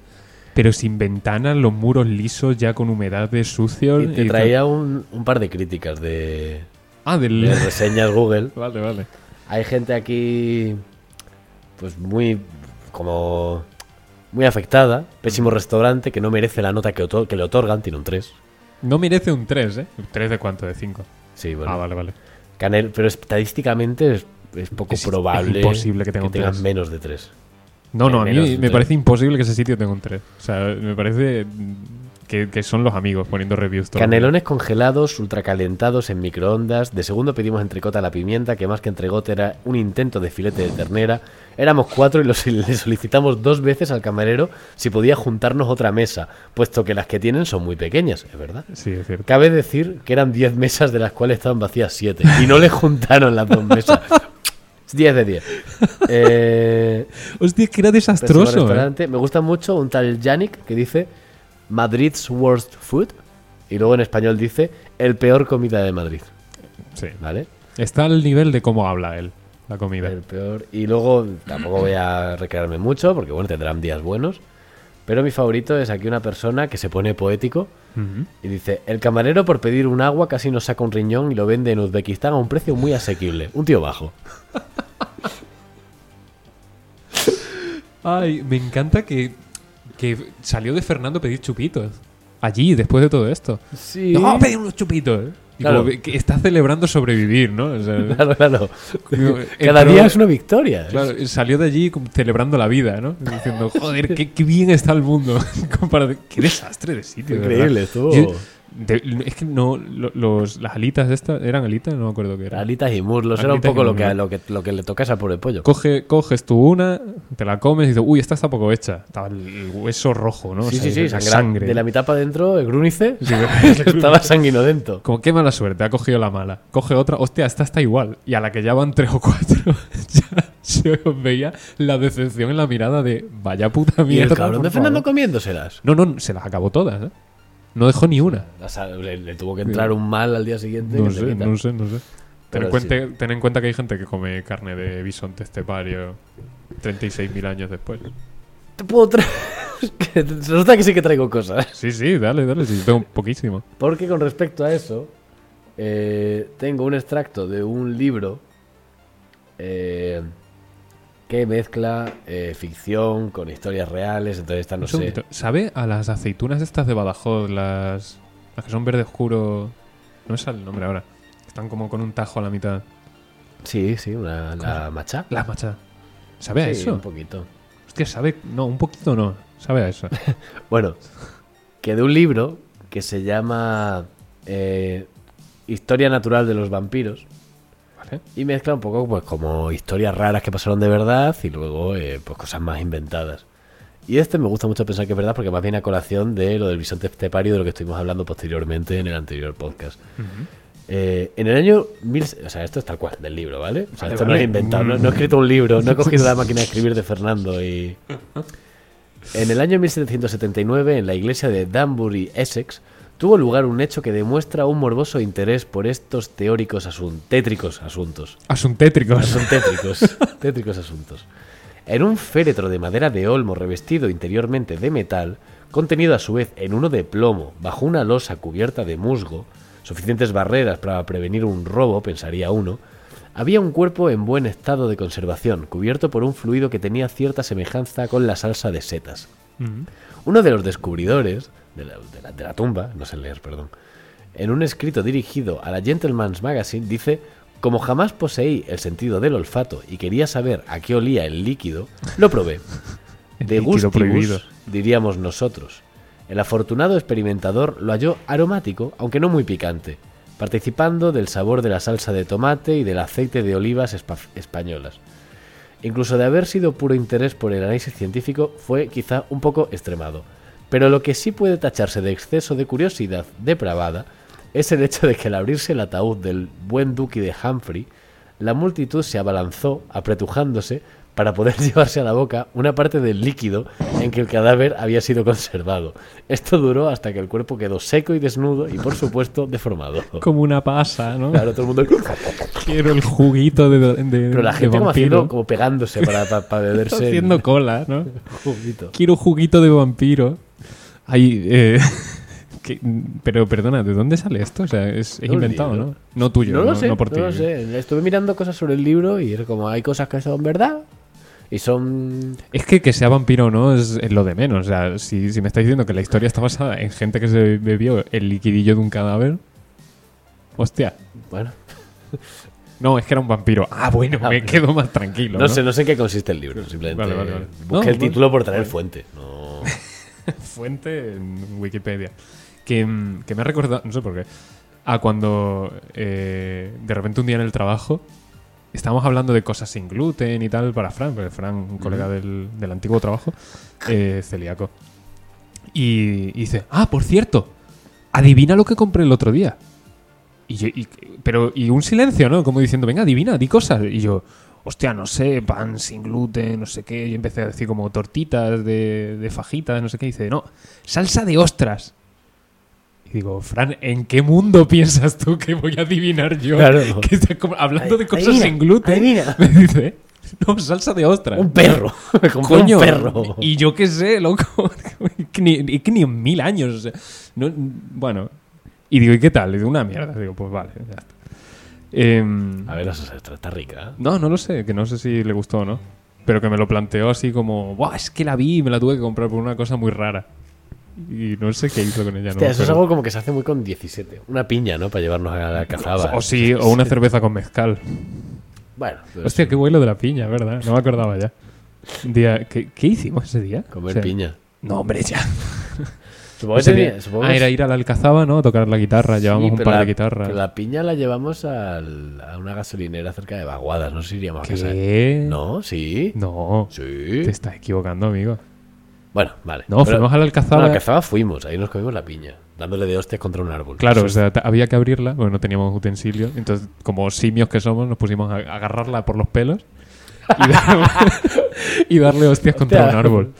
S1: Pero sin ventanas, los muros lisos ya con humedad de sucio.
S2: Y te
S1: y todo.
S2: traía un, un par de críticas de,
S1: Ah, del...
S2: de reseñas Google.
S1: vale, vale.
S2: Hay gente aquí, pues muy, como, muy afectada. Pésimo restaurante que no merece la nota que, otor- que le otorgan. Tiene un 3.
S1: No merece un 3, ¿eh? ¿3 de cuánto? ¿De 5?
S2: Sí,
S1: Ah,
S2: bueno.
S1: vale, vale.
S2: Canel, pero estadísticamente es, es poco
S1: Es
S2: probable
S1: imposible que tenga un
S2: tengan
S1: tres.
S2: menos de 3.
S1: No, no, a
S2: Menos
S1: mí
S2: un
S1: me
S2: tres.
S1: parece imposible que ese sitio tenga un 3. O sea, me parece mm, que, que son los amigos poniendo reviews. todo el día.
S2: Canelones congelados, ultracalentados en microondas. De segundo pedimos entrecota a la pimienta, que más que entregote era un intento de filete de ternera. Éramos cuatro y los- le solicitamos dos veces al camarero si podía juntarnos otra mesa, puesto que las que tienen son muy pequeñas, es verdad.
S1: Sí, es cierto.
S2: Cabe decir que eran 10 mesas de las cuales estaban vacías 7 y no le juntaron las dos mesas. 10 de 10. Eh,
S1: Hostia, que era
S2: pésimo
S1: desastroso. ¿eh?
S2: restaurante. Me gusta mucho un tal Yannick que dice Madrid's worst food y luego en español dice el peor comida de Madrid,
S1: Sí.
S2: ¿vale?
S1: Está al nivel de cómo habla él, la comida.
S2: El peor. Y luego tampoco voy a recrearme mucho porque bueno, tendrán días buenos. Pero mi favorito es aquí una persona que se pone poético
S1: Ujú.
S2: y dice, el camarero por pedir un agua casi nos saca un riñón y lo vende en Uzbekistán a un precio muy asequible. Un tío bajo.
S1: Ay, me encanta que, que salió de Fernando pedir chupitos. Allí, después de todo esto.
S2: Sí.
S1: Vamos a pedir unos chupitos. Y
S2: Claro.
S1: como que está celebrando sobrevivir, ¿no? O sea,
S2: Claro, claro.
S1: Digo,
S2: Cada
S1: entró-
S2: día es una victoria.
S1: eh, claro, salió de allí como celebrando la vida, ¿no? Diciendo, joder, qué, qué bien está el mundo. en comparación- qué desastre de sitio. de verdad.
S2: Increíble, estuvo.
S1: Yo- de- es que no, lo- los, las alitas estas, ¿eran alitas? No me acuerdo qué eran.
S2: Alitas y muslos era un
S1: Alitas y
S2: poco lo que,
S1: muslos.
S2: lo, que, lo que le tocas al pobre pollo.
S1: Coge, coges tú una, te la comes y dices, uy, esta está poco hecha. Estaba el, el hueso rojo, ¿no? O
S2: sí,
S1: sea,
S2: sí, sí,
S1: la
S2: sangra-
S1: sangre.
S2: De la mitad para adentro, el grúnice,
S1: Sí,
S2: estaba sanguinodento.
S1: Como qué mala suerte, ha cogido la mala. Coge otra, hostia, esta está igual. Y a la que ya van tres o cuatro, ya se os veía la decepción en la mirada de vaya puta
S2: Y
S1: mierda.
S2: el cabrón
S1: por
S2: de Fernando
S1: favor".
S2: comiéndoselas.
S1: No, no, se las acabó todas, ¿eh? No dejó ni una.
S2: O sea, le, le tuvo que entrar un mal al día siguiente.
S1: No
S2: que te
S1: sé,
S2: quita.
S1: no sé, no sé. Ten
S2: Pero
S1: en, cuenta, ten en cuenta que hay gente que come carne de bisonte este estepario 36.000 años después.
S2: Te puedo traer. Resulta que sí que traigo cosas.
S1: Sí, sí, dale, dale, sí, tengo poquísimo.
S2: Porque con respecto a eso, eh, tengo un extracto de un libro eh, que mezcla eh, ficción con historias reales, entonces esta no
S1: Un
S2: sé.
S1: segundito. ¿Sabe a las aceitunas estas de Badajoz, las, las que son verde oscuro? No me sale el nombre ahora. Están como con un tajo a la mitad.
S2: Sí, sí, una, la macha.
S1: Las machadas. ¿Sabe a
S2: Sí,
S1: eso?
S2: un poquito.
S1: Hostia, sabe. No, un poquito no. Sabe a eso.
S2: Bueno, que de un libro que se llama eh, Historia Natural de los Vampiros.
S1: ¿Vale?
S2: Y mezcla un poco, pues, como historias raras que pasaron de verdad y luego, eh, pues, cosas más inventadas. Y este me gusta mucho pensar que es verdad porque más bien a colación de lo del bisonte estepario de lo que estuvimos hablando posteriormente en el anterior podcast. Eh, en el año mil... O sea, esto es tal cual, del libro, ¿vale? O sea,
S1: Vale,
S2: esto no
S1: vale.
S2: lo he inventado, no, no he escrito un libro, no he cogido la máquina de escribir de Fernando y... En el año 1779, en la iglesia de Danbury, Essex, tuvo lugar un hecho que demuestra un morboso interés por estos teóricos asun- tétricos asuntos.
S1: Asuntétricos.
S2: Son tétricos, tétricos asuntos. En un féretro de madera de olmo revestido interiormente de metal, contenido a su vez en uno de plomo, bajo una losa cubierta de musgo, suficientes barreras para prevenir un robo, pensaría uno, había un cuerpo en buen estado de conservación, cubierto por un fluido que tenía cierta semejanza con la salsa de setas.
S1: Ujú.
S2: Uno de los descubridores de la, de la- de la tumba, no sé leer, perdón, en un escrito dirigido a la Gentleman's Magazine dice, como jamás poseí el sentido del olfato y quería saber a qué olía el líquido, lo probé.
S1: El
S2: De
S1: líquido
S2: gustibus,
S1: prohibido.
S2: diríamos nosotros. El afortunado experimentador lo halló aromático, aunque no muy picante, participando del sabor de la salsa de tomate y del aceite de olivas espa- españolas. Incluso de haber sido puro interés por el análisis científico, fue quizá un poco extremado. Pero lo que sí puede tacharse de exceso de curiosidad depravada es el hecho de que al abrirse el ataúd del buen duque de Humphrey, la multitud se abalanzó, apretujándose, para poder llevarse a la boca una parte del líquido en que el cadáver había sido conservado. Esto duró hasta que el cuerpo quedó seco y desnudo y, por supuesto, deformado.
S1: Como una pasa, ¿no?
S2: Claro, todo el mundo...
S1: Quiero el juguito de. de- de-
S2: Pero la
S1: de
S2: gente como
S1: vampiro.
S2: haciendo, como pegándose para, para, para
S1: Está
S2: beberse. el
S1: haciendo cola, ¿no?
S2: juguito.
S1: Quiero juguito de vampiro. Ay, eh, que- pero perdona, ¿de dónde sale esto? O sea, es, es
S2: No,
S1: inventado,
S2: libro.
S1: ¿no? No tuyo,
S2: No
S1: no,
S2: lo sé,
S1: no
S2: no,
S1: por ti.
S2: lo sé. Estuve mirando cosas sobre el libro y es como hay cosas que son verdad y son
S1: Es que que sea vampiro o no es, es lo de menos. O sea, si, si me estáis diciendo que la historia está basada en gente que se bebió el liquidillo de un cadáver. Hostia.
S2: bueno.
S1: No, es que era un vampiro. Ah, bueno,
S2: Ah,
S1: me
S2: bueno.
S1: quedo más tranquilo.
S2: No,
S1: No,
S2: sé, no sé en qué consiste el libro. Simplemente
S1: Vale, vale, vale.
S2: busqué
S1: No,
S2: el
S1: no,
S2: título por traer fuente. No.
S1: Fuente en Wikipedia. Que, mm, que me ha recordado, no sé por qué, a cuando eh, de repente un día en el trabajo estábamos hablando de cosas sin gluten y tal para Fran, porque Fran, un colega del, del antiguo trabajo, eh, es celíaco. Y, y dice, ah, por cierto, adivina lo que compré el otro día. Y yo- y- pero, y un silencio, ¿no? Como diciendo, venga, adivina, di cosas. Y yo, hostia, no sé, pan sin gluten, no sé qué. Y empecé a decir como tortitas de, de fajitas, no sé qué. Y dice, no, salsa de ostras. Y digo, Fran, ¿en qué mundo piensas tú que voy a adivinar yo?
S2: Claro.
S1: Que estás como hablando de cosas
S2: Adivina,
S1: sin gluten.
S2: adivina.
S1: Me dice, no, pues salsa de ostras.
S2: Un perro. Me compré
S1: Coño,
S2: un perro.
S1: Y yo qué sé, loco. que, ni, y que ni en mil años. o sea, no- bueno. Y digo, ¿y qué tal? Y digo, una mierda. Digo, pues vale, ya está. Em,
S2: A ver, no sé, está, está rica. ¿eh?
S1: no, no lo sé, que no sé si le gustó o no. Pero que me lo planteó así como, Buah, es que la vi y me la tuve que comprar por una cosa muy rara. Y no sé qué hizo con ella.
S2: Hostia,
S1: no,
S2: eso es
S1: pero-
S2: algo como que se hace muy con 17. Una piña, ¿no? Para llevarnos a la cazaba.
S1: o sí, o una cerveza con mezcal.
S2: Bueno, pero
S1: Hostia, qué bueno lo de la piña, ¿verdad? No me acordaba ya. Un día- ¿qué, qué hicimos ese día?
S2: comer
S1: O sea,
S2: piña.
S1: No, hombre, ya.
S2: Supongo que
S1: Ese
S2: tenía-
S1: día-
S2: supongo
S1: ah,
S2: que-
S1: era ir a la Alcazaba, ¿no? A tocar la guitarra.
S2: sí,
S1: Llevamos un
S2: pero
S1: par de
S2: la- pero
S1: guitarras.
S2: La piña la llevamos al- a una gasolinera cerca de Vaguadas. No sé si iríamos a casa.
S1: ¿Qué?
S2: No, sí.
S1: No,
S2: Sí.
S1: Te estás equivocando, amigo.
S2: Bueno, vale.
S1: No, fuimos a la
S2: No,
S1: Alcazaba.
S2: a la cazaba fuimos. Ahí nos comimos la piña. Dándole de hostias contra un árbol.
S1: Claro, o sea, ta- había que abrirla, porque no teníamos utensilios. Entonces, como simios que somos, nos pusimos a a agarrarla por los pelos y darle, y darle hostias contra
S2: Hostia.
S1: un árbol.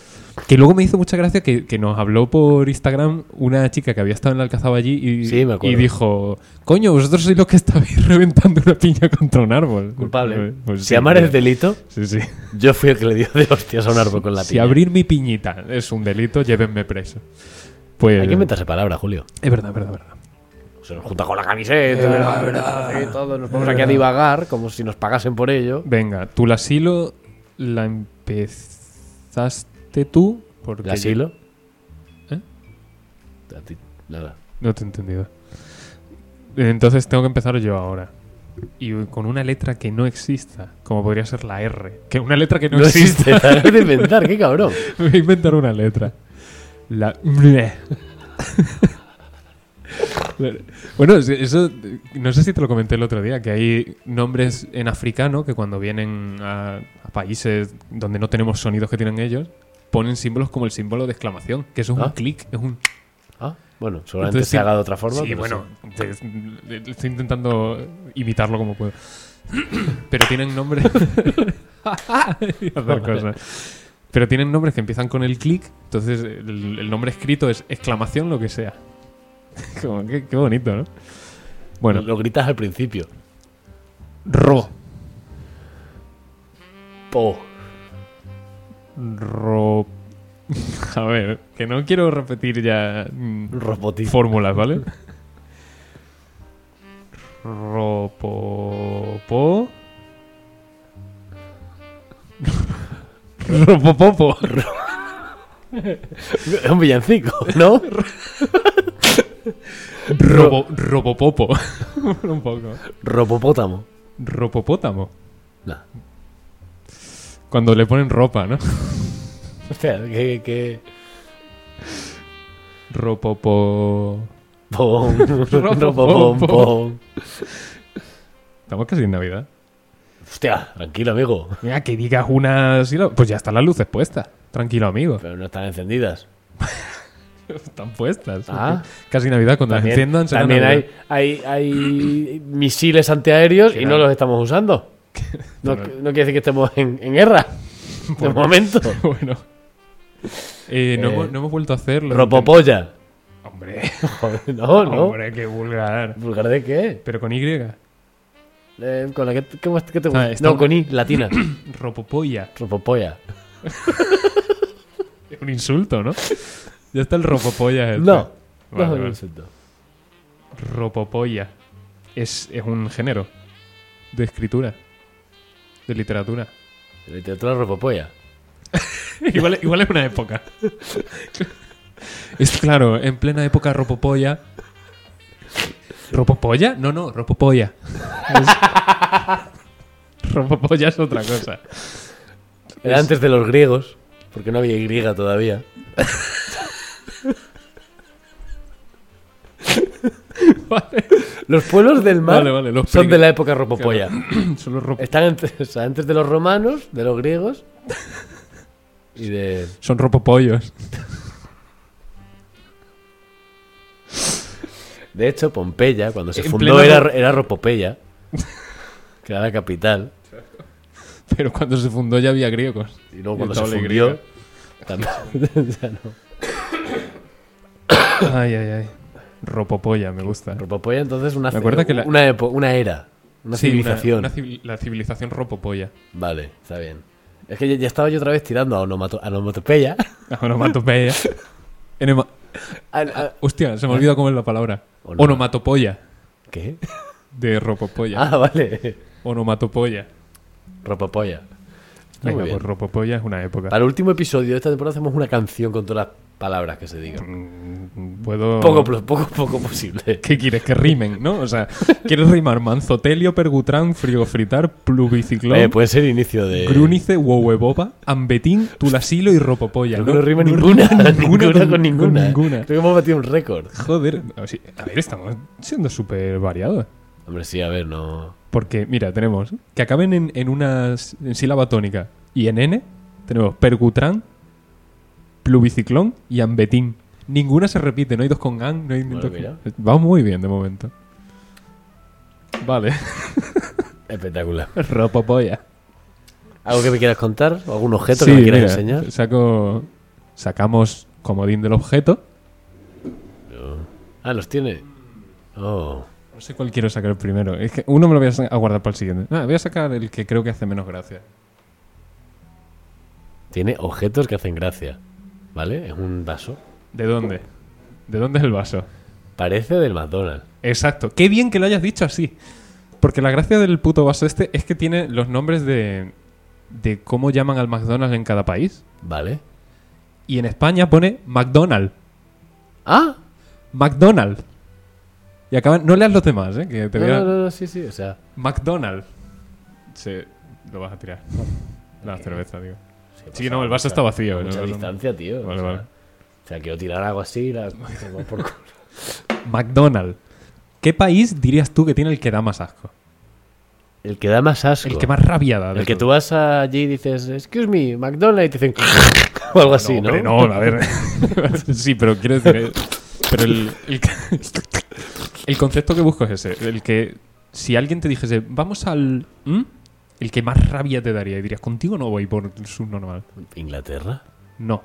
S1: Que luego me hizo mucha gracia que, que nos habló por Instagram una chica que había estado en la Alcazaba allí y,
S2: Sí, me acuerdo.
S1: y dijo, coño, vosotros sois los que estabais reventando una piña contra un árbol.
S2: Culpable.
S1: Pues
S2: si
S1: sí,
S2: amar
S1: mira.
S2: es delito,
S1: Sí, sí.
S2: yo fui el que le dio de hostias a un árbol con la
S1: Si
S2: piña.
S1: abrir mi piñita es un delito, llévenme preso. Pues,
S2: Hay que inventarse palabras, Julio.
S1: Es verdad, verdad, verdad.
S2: Se nos junta con la camiseta, y todo. Nos vamos aquí a divagar como si nos pagasen por ello.
S1: Venga, tu la asilo la empezaste tú. Porque
S2: ¿El asilo?
S1: ¿Eh?
S2: A ti,
S1: yo-
S2: nada.
S1: no te he entendido. Entonces tengo que empezar yo ahora. Y con una letra que no exista, como podría ser la R. Que una letra que no,
S2: No
S1: existe.
S2: existe. Acabas de inventar, qué cabrón.
S1: Voy a inventar una letra. La. Bueno, es- eso eh, no sé si te lo comenté el otro día, que hay nombres en africano que cuando vienen a, a países donde no tenemos sonidos que tienen ellos, ponen símbolos como el símbolo de exclamación, que eso es un
S2: Ah.
S1: clic, es un...
S2: Ah, bueno, seguramente
S1: Entonces,
S2: se haga
S1: sí.
S2: de otra forma.
S1: sí,
S2: pero
S1: bueno, te- te- estoy intentando imitarlo como puedo. Pero tienen nombres... Y hacer cosas. Pero tienen nombres que empiezan con el clic, entonces el, el nombre escrito es exclamación lo que sea. Como, qué, qué bonito, ¿no? Bueno,
S2: Lo gritas al principio.
S1: ro.
S2: Po.
S1: Ro... A ver, que no quiero repetir ya mm,
S2: Robotismo.
S1: fórmulas, ¿vale? Ropopo. Ropopopo.
S2: Es un villancico, ¿no?
S1: Robo, robopopo. Un poco.
S2: Ropopótamo.
S1: Ropopótamo.
S2: Nah.
S1: Cuando le ponen ropa, ¿no?
S2: Hostia, que. que...
S1: Ropopo.
S2: Pom.
S1: Ropopom,
S2: Ropopom,
S1: pom.
S2: pom.
S1: Estamos casi en Navidad.
S2: Hostia, tranquilo, amigo.
S1: Mira, que digas una sílaba. Pues ya están las luces puestas. Tranquilo, amigo.
S2: Pero no están encendidas.
S1: Están puestas.
S2: Ah.
S1: Casi Navidad. Cuando las
S2: También,
S1: enciendan, será
S2: también
S1: Navidad.
S2: hay, hay, hay misiles antiaéreos y no los estamos usando. No, no quiere decir que estemos en, en guerra. De momento.
S1: bueno. Eh, no,
S2: Eh,
S1: hemos, no hemos vuelto a hacerlo.
S2: Ropopolla.
S1: Hombre,
S2: Joder, no, no.
S1: hombre, qué vulgar.
S2: ¿Vulgar de qué?
S1: Pero con Y.
S2: Eh, ¿Con la que, qué más- qué te
S1: Ah,
S2: gusta?
S1: está
S2: No,
S1: un-
S2: con I, latina.
S1: Ropopolla.
S2: Ropopolla.
S1: Es un insulto, ¿no? Ya está el ropopolla. este.
S2: No.
S1: Vale,
S2: no,
S1: vale.
S2: no insulto.
S1: Ropopolla. Es, es un género de escritura, de literatura.
S2: La literatura ropopolla.
S1: igual, igual es una época. es claro, en plena época ropopolla. ¿Ropopolla? No, no, ropopolla. Es- ropopolla es otra cosa.
S2: Era
S1: Es-
S2: antes de los griegos, porque no había Y todavía.
S1: vale.
S2: Los pueblos del mar
S1: Vale, vale, los
S2: son
S1: pringles.
S2: de la época ropopolla.
S1: Solo ropa-
S2: Están antes, o sea, antes de los romanos, de los griegos y de...
S1: Son ropopollos.
S2: De hecho, Pompeya, cuando se
S1: En
S2: fundó,
S1: pleno-
S2: era, era Ropopeya, que era la capital.
S1: Pero cuando se fundó ya había griegos.
S2: Y luego cuando se
S1: estaba la
S2: fundió,
S1: griega.
S2: también, ya no.
S1: Ay, ay, ay. Ropopolla, me gusta.
S2: Ropopoya entonces una,
S1: Me acuerdo
S2: eh,
S1: que la-
S2: una, epo- una era, una
S1: Sí,
S2: civilización.
S1: una civil- la civilización ropopolla.
S2: Vale, está bien. Es que ya, ya estaba yo otra vez tirando a onomato- a onomatopeya.
S1: La onomatopeya. Enema-
S2: A- a-
S1: Hostia, se me ha olvidado cómo es la palabra.
S2: Onoma-
S1: Onomatopoya.
S2: ¿Qué?
S1: De ropopolla.
S2: Ah, vale.
S1: Onomatopoya.
S2: Ropopoya. Está muy
S1: Venga,
S2: bien.
S1: pues ropopolla es una época.
S2: Para el último episodio de esta temporada hacemos una canción con todas las palabras que se digan.
S1: Mm, Puedo...
S2: Poco, pro- poco, poco posible.
S1: ¿Qué quieres? Que rimen, ¿no? O sea, ¿quieres rimar manzotelio, pergutrán, friofritar, plubiciclón,
S2: Eh, puede ser inicio de...
S1: grúnice, hueveboba, ambetín, tulasilo y ropopolla?
S2: Creo que no rima ninguna, ninguna con, ninguna.
S1: ninguna.
S2: Creo que hemos batido un récord.
S1: Joder, a ver, sí, a ver, estamos siendo súper variados.
S2: Hombre, sí, a ver, no.
S1: Porque, mira, tenemos que acaben en, en una s- en sílaba tónica y en N, tenemos pergutrán, plubiciclón y ambetín. Ninguna se repite, no hay dos con an, no hay
S2: Bueno,
S1: dos
S2: mira.
S1: con- Va muy bien de momento. Vale,
S2: Espectacular.
S1: ropopolla.
S2: ¿Algo que me quieras contar? ¿O algún objeto
S1: Sí,
S2: que me quieras
S1: mira,
S2: enseñar?
S1: Saco, sacamos comodín del objeto.
S2: Ah, los tiene. Oh.
S1: No sé cuál quiero sacar primero. Es que uno me lo voy a, sa- a guardar para el siguiente. Nada, voy a sacar el que creo que hace menos gracia.
S2: Tiene objetos que hacen gracia. ¿Vale? Es un vaso.
S1: ¿De dónde? ¿De dónde es el vaso?
S2: Parece del McDonald's.
S1: Exacto. Qué bien que lo hayas dicho así. Porque la gracia del puto vaso este es que tiene los nombres de, de cómo llaman al McDonald's en cada país.
S2: ¿Vale?
S1: Y en España pone McDonald's.
S2: ¡Ah!
S1: McDonald's. Y acaban... No leas los demás, ¿eh? Que te
S2: No,
S1: voy a-
S2: no, no, no, sí, sí. O sea,
S1: McDonald's. Se... Lo vas a tirar. La cerveza, digo.
S2: que
S1: Sí,
S2: pasa
S1: no, el vaso está vacío.
S2: pues mucha
S1: ¿no?
S2: distancia, tío.
S1: Vale,
S2: o, sea,
S1: vale.
S2: o sea, quiero tirar algo así. La... tengo por culo.
S1: McDonald's. ¿Qué país dirías tú que tiene el que da más asco?
S2: El que da más asco.
S1: El que más rabiada.
S2: El que tú vas allí y dices, excuse me, McDonald's, y te dicen, o algo así, ¿no?
S1: hombre, no, a ver. sí, pero quiero decir. eh, Pero el, el, el concepto que busco es ese. El que. Si alguien te dijese, vamos al. ¿m? El que más rabia te daría. Y dirías, contigo no voy por el subnormal.
S2: ¿Inglaterra?
S1: No.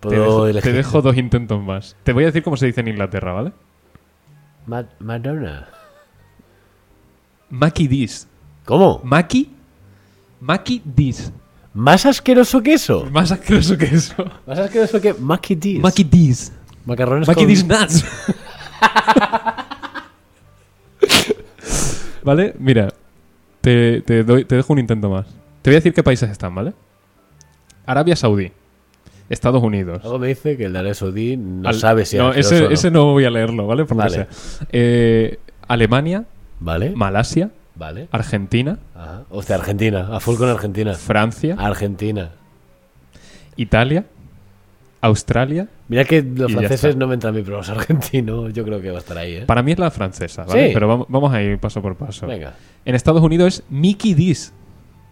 S1: Te
S2: Puedo
S1: dejo, te
S2: elegir.
S1: dejo dos intentos más. Te voy a decir cómo se dice en Inglaterra, ¿vale?
S2: Ma- Madonna.
S1: Mackie Dis.
S2: ¿Cómo?
S1: Mackie. Mackie Dis.
S2: ¿Más asqueroso que eso?
S1: Más asqueroso que eso.
S2: ¿Más asqueroso que Mackey D's?
S1: Mackie Dis.
S2: Macarrones
S1: Mackie
S2: con-
S1: Dis Nuts. vale, mira. Te, te doy- te dejo un intento más. Te voy a decir qué países están, ¿vale? Arabia Saudí. Estados Unidos.
S2: Algo me dice que el de Arabia Saudí no
S1: Al-
S2: sabe si es
S1: no,
S2: asqueroso
S1: ese,
S2: o no.
S1: ese no voy a leerlo, ¿vale? Por lo que
S2: Vale.
S1: sea. Eh, Alemania,
S2: Vale,
S1: Malasia,
S2: vale.
S1: Argentina,
S2: Ajá. O sea, Argentina, a full con Argentina.
S1: Francia,
S2: Ah. Argentina.
S1: Italia, Australia.
S2: Mira que los
S1: Y ya
S2: franceses
S1: está.
S2: no me entran bien, pero los argentinos yo creo que va a estar ahí, ¿eh?
S1: Para mí es la francesa, ¿vale?
S2: Sí.
S1: Pero vamos, vamos a ir paso por paso.
S2: Venga.
S1: En Estados Unidos es Mickey Dis.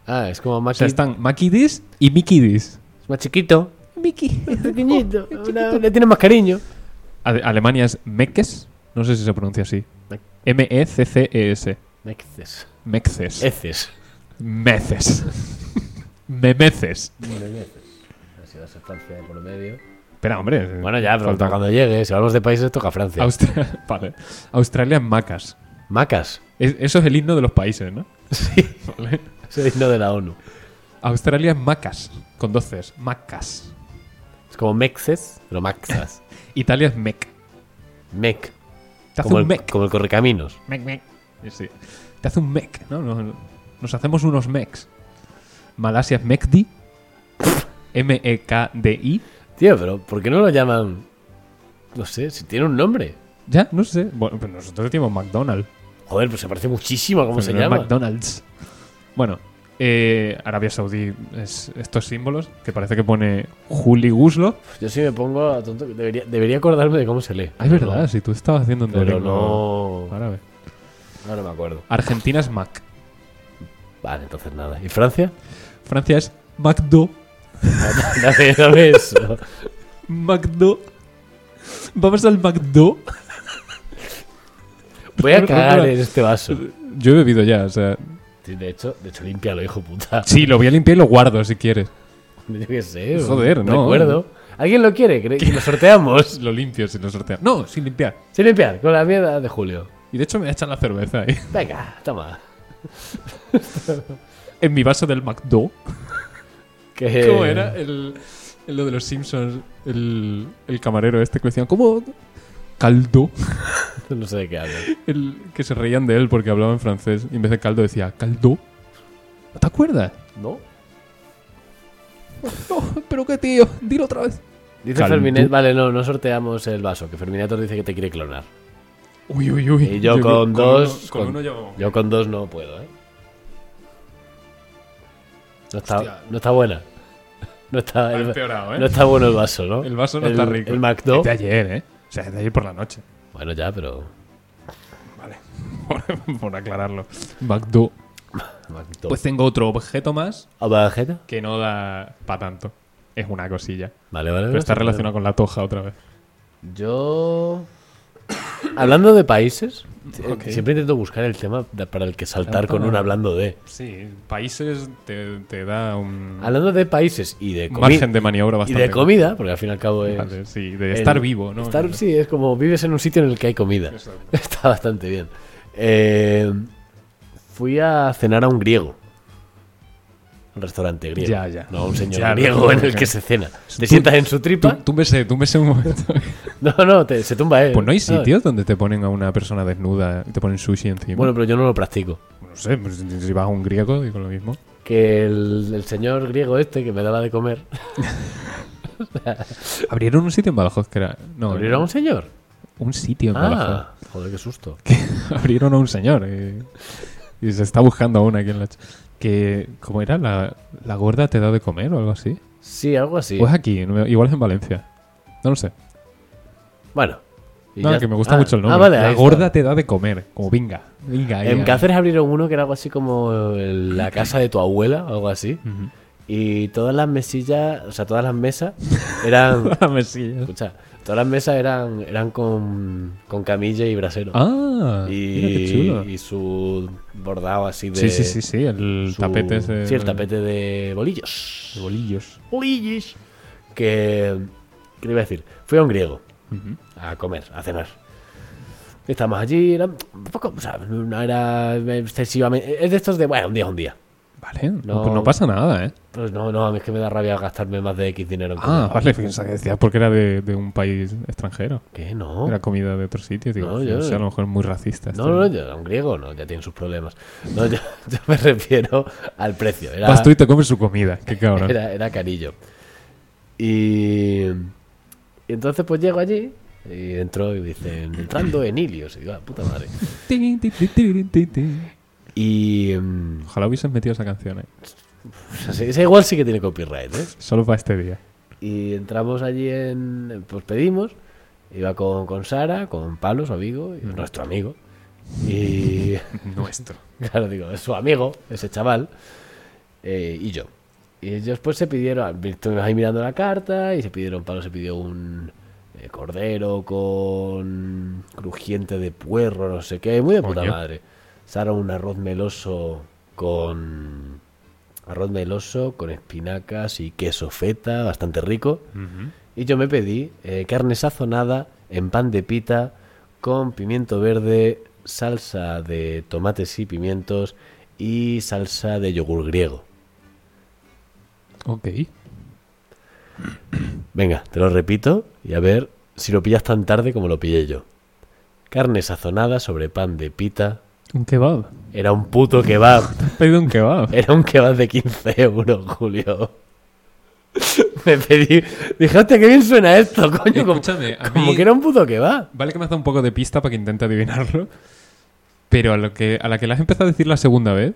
S2: Ah, es como
S1: O
S2: más,
S1: sea, están Mackie Dis y Mickey Dis.
S2: es más chiquito.
S1: Mickey.
S2: Es pequeñito. una- le tiene más cariño.
S1: Ale- Alemania es Meckes. No sé si se pronuncia así.
S2: Mec-
S1: M-E-C-C-E-S.
S2: Meces.
S1: Mexes.
S2: Heces.
S1: Meces. Memeces.
S2: Así va a ser Francia de por medio.
S1: Espera, hombre.
S2: Bueno, ya, pero
S1: Falta-
S2: cuando llegue, si hablamos de países, toca Francia.
S1: Austra- vale. Australia es Macas.
S2: Macas.
S1: Es- eso es el himno de los países, ¿no?
S2: Sí,
S1: Vale.
S2: ese himno de la ONU.
S1: Australia es Macas. Con dos Cs. Macas.
S2: Es como Mexes, pero Maxas.
S1: Italia es Mec.
S2: Mec.
S1: Te hace
S2: Como
S1: un
S2: el,
S1: Mec.
S2: como el Correcaminos.
S1: Mec, mec. Sí. Te hace un mec, ¿no? Nos, nos hacemos unos mecs. Malasia E es Mekdi. M-E-K-D-I.
S2: Tío, pero ¿por qué no lo llaman? No sé, si tiene un nombre.
S1: Ya, no sé. Bueno, pero nosotros decimos McDonald's.
S2: Joder, pues se parece muchísimo a cómo
S1: pero
S2: se
S1: no es
S2: llama.
S1: McDonald's. Bueno, eh, Arabia Saudí, es- estos símbolos, que parece que pone Juli Guslo.
S2: Yo sí me pongo a tonto. Debería, debería acordarme de cómo se lee.
S1: Ah, es
S2: Pero-
S1: verdad, si tú estabas haciendo un
S2: Pero
S1: Duolingo
S2: no.
S1: árabe.
S2: No, no me acuerdo.
S1: Argentina es Mac.
S2: Vale, entonces nada. ¿Y Francia?
S1: Francia es McDo.
S2: Dame, dame eso.
S1: McDo. Vamos al McDo.
S2: Voy a cagar en este vaso.
S1: Yo he bebido ya, o sea.
S2: Sí, de hecho, de hecho límpialo, hijo puta.
S1: Sí, lo voy a limpiar y lo guardo si quieres.
S2: Yo qué sé.
S1: Joder, no.
S2: Recuerdo. ¿Alguien lo quiere? ¿Cree que lo sorteamos?
S1: Lo limpio si lo sorteo. No, sin limpiar.
S2: Sin limpiar, con la mierda de Julio.
S1: Y de hecho me echan la cerveza ahí.
S2: Venga, toma.
S1: En mi vaso del McDo.
S2: Que...
S1: ¿Cómo era? El, el lo de los Simpsons. El, el camarero este que decían, ¿cómo? Caldo.
S2: No sé de qué hablo.
S1: El, que se reían de él porque hablaba en francés. Y en vez de caldo decía, caldo. ¿No te acuerdas?
S2: ¿No?
S1: No, pero qué tío. Dilo otra vez.
S2: Dice
S1: Caldo.
S2: Ferminet, vale, no, no sorteamos el vaso, que Ferminator dice que te quiere clonar.
S1: Uy, uy, uy.
S2: Y yo, con, dos.
S1: uno- con, uno ya vamos.
S2: yo con dos no puedo, ¿eh? No está,
S1: Hostia.
S2: no está buena. No está,
S1: Ha
S2: el-
S1: empeorado, ¿eh?
S2: no está bueno el vaso, ¿no?
S1: El vaso no está rico.
S2: El McDo.
S1: Es de ayer, ¿eh? O sea, es de ayer por la noche.
S2: Bueno, ya, pero.
S1: Por, por aclararlo. McDo.
S2: McDo.
S1: Pues tengo otro objeto más
S2: ¿Abajeta?
S1: que no da para tanto. Es una cosilla.
S2: Vale, vale.
S1: Pero está
S2: no está bueno.
S1: relacionado con la toja otra vez.
S2: Yo. Hablando de países,
S1: Ok.
S2: siempre intento buscar el tema de- para el que saltar con
S1: Saltar.
S2: un hablando de.
S1: Sí, países te, te da un
S2: Hablando de países y de comida.
S1: margen de maniobra
S2: Y
S1: bastante.
S2: de comida, porque al fin y al cabo es.
S1: grande. Sí, de
S2: el-
S1: estar vivo, ¿no?
S2: estar- sí, es como vives en un sitio en el que hay comida. Está bastante bien. Eh, fui a cenar a un griego. Un restaurante griego.
S1: Ya, ya.
S2: No, un señor
S1: Ya, no,
S2: griego en el
S1: ok.
S2: que se cena. Te
S1: Tú-
S2: sientas en su
S1: Tú,
S2: tripa.
S1: túmbese, túmbese un momento.
S2: No, no, te- se tumba él.
S1: Pues no hay
S2: Eh, ¿sabes?
S1: sitios donde te ponen a una persona desnuda y te ponen sushi encima.
S2: Bueno, pero yo no lo practico.
S1: no sé, pues, si vas a un griego, digo lo mismo.
S2: que el, el señor griego este que me daba de comer
S1: Abrieron un sitio en Badajoz que era. No,
S2: ¿Abrieron a un señor.
S1: un sitio en Badajoz.
S2: Ah, joder, qué susto.
S1: que abrieron a un señor eh, y, se está buscando a una aquí en la ch- que cómo era la, la gorda te da de comer o algo así
S2: Sí, algo así.
S1: pues aquí no me- igual es en Valencia no lo sé
S2: Bueno. y
S1: no,
S2: ya-
S1: que me gusta
S2: Ah,
S1: mucho el nombre
S2: ah, vale, ahí
S1: la
S2: está.
S1: gorda te da de comer como venga venga
S2: En
S1: ya.
S2: Cáceres abrieron uno que era algo así como el- la casa de tu abuela, algo así.
S1: Ujú.
S2: Y todas las mesillas, o sea, todas las mesas eran.
S1: Ah, me sigue.
S2: escucha, todas las mesas eran, eran con, con camilla y brasero.
S1: ah mira qué chulo
S2: y, y su bordado así de.
S1: sí sí sí sí el
S2: su-
S1: tapete ese-
S2: Sí, el tapete de bolillos.
S1: de bolillos
S2: Polillis. Que. ¿Qué te iba a decir? Fui a un griego
S1: Ujú.
S2: a comer, a cenar. Estamos allí, era un poco, o sea, no era excesivamente. Es de estos de, bueno, un día es un día.
S1: vale no.
S2: No.
S1: pues no pasa nada eh
S2: Pues no, no, a mí es que me da rabia gastarme más de X dinero en
S1: ah
S2: comer.
S1: vale pensaba que decías porque era de, de un país extranjero
S2: ¿Qué? No.
S1: Era comida de otro sitio, digo,
S2: No,
S1: no,
S2: yo-
S1: sé, a lo mejor es muy racista. este
S2: No,
S1: esto.
S2: no, yo era un griego, no, ya tiene sus problemas. No, yo, yo me refiero al precio. Era,
S1: Vas tú y te comes su comida, qué cabrón.
S2: Era, era carillo. Y, y entonces pues llego allí y entro y dicen, entrando en Helios. Y digo, ah, puta madre.
S1: Tin, tin, tin, tin, tin, tin.
S2: Y... mm,
S1: Ojalá hubieses metido esa canción, eh.
S2: o sea, esa igual sí que tiene copyright, ¿eh?
S1: Solo para este día.
S2: Y entramos allí en... Pues pedimos. Iba con, con Sara, con Pablo, su amigo, y nuestro amigo. Y...
S1: Nuestro.
S2: Claro, digo, es su amigo, ese chaval, eh, y yo. Y ellos después se pidieron, estuvimos ahí mirando la carta y se pidieron, Pablo se pidió un eh, cordero con crujiente de puerro, no sé qué, muy de puta
S1: Coño.
S2: madre. Sara un arroz meloso con... Arroz meloso con espinacas y queso feta, bastante rico. Y yo me pedí eh, carne sazonada en pan de pita con pimiento verde, salsa de tomates y pimientos y salsa de yogur griego.
S1: Ok.
S2: Venga, te lo repito y a ver si lo pillas tan tarde como lo pillé yo. Carne sazonada sobre pan de pita.
S1: Un kebab.
S2: Era un puto kebab.
S1: Has pedido un kebab.
S2: Era un kebab de 15 euros, Julio. Me pedí... Dije, hostia, qué bien suena esto, coño. Como,
S1: Escúchame, a
S2: como
S1: mí-
S2: que era un puto kebab.
S1: Vale que me has dado un poco de pista para que intente adivinarlo. Pero a, lo que, a la que la has empezado a decir la segunda vez,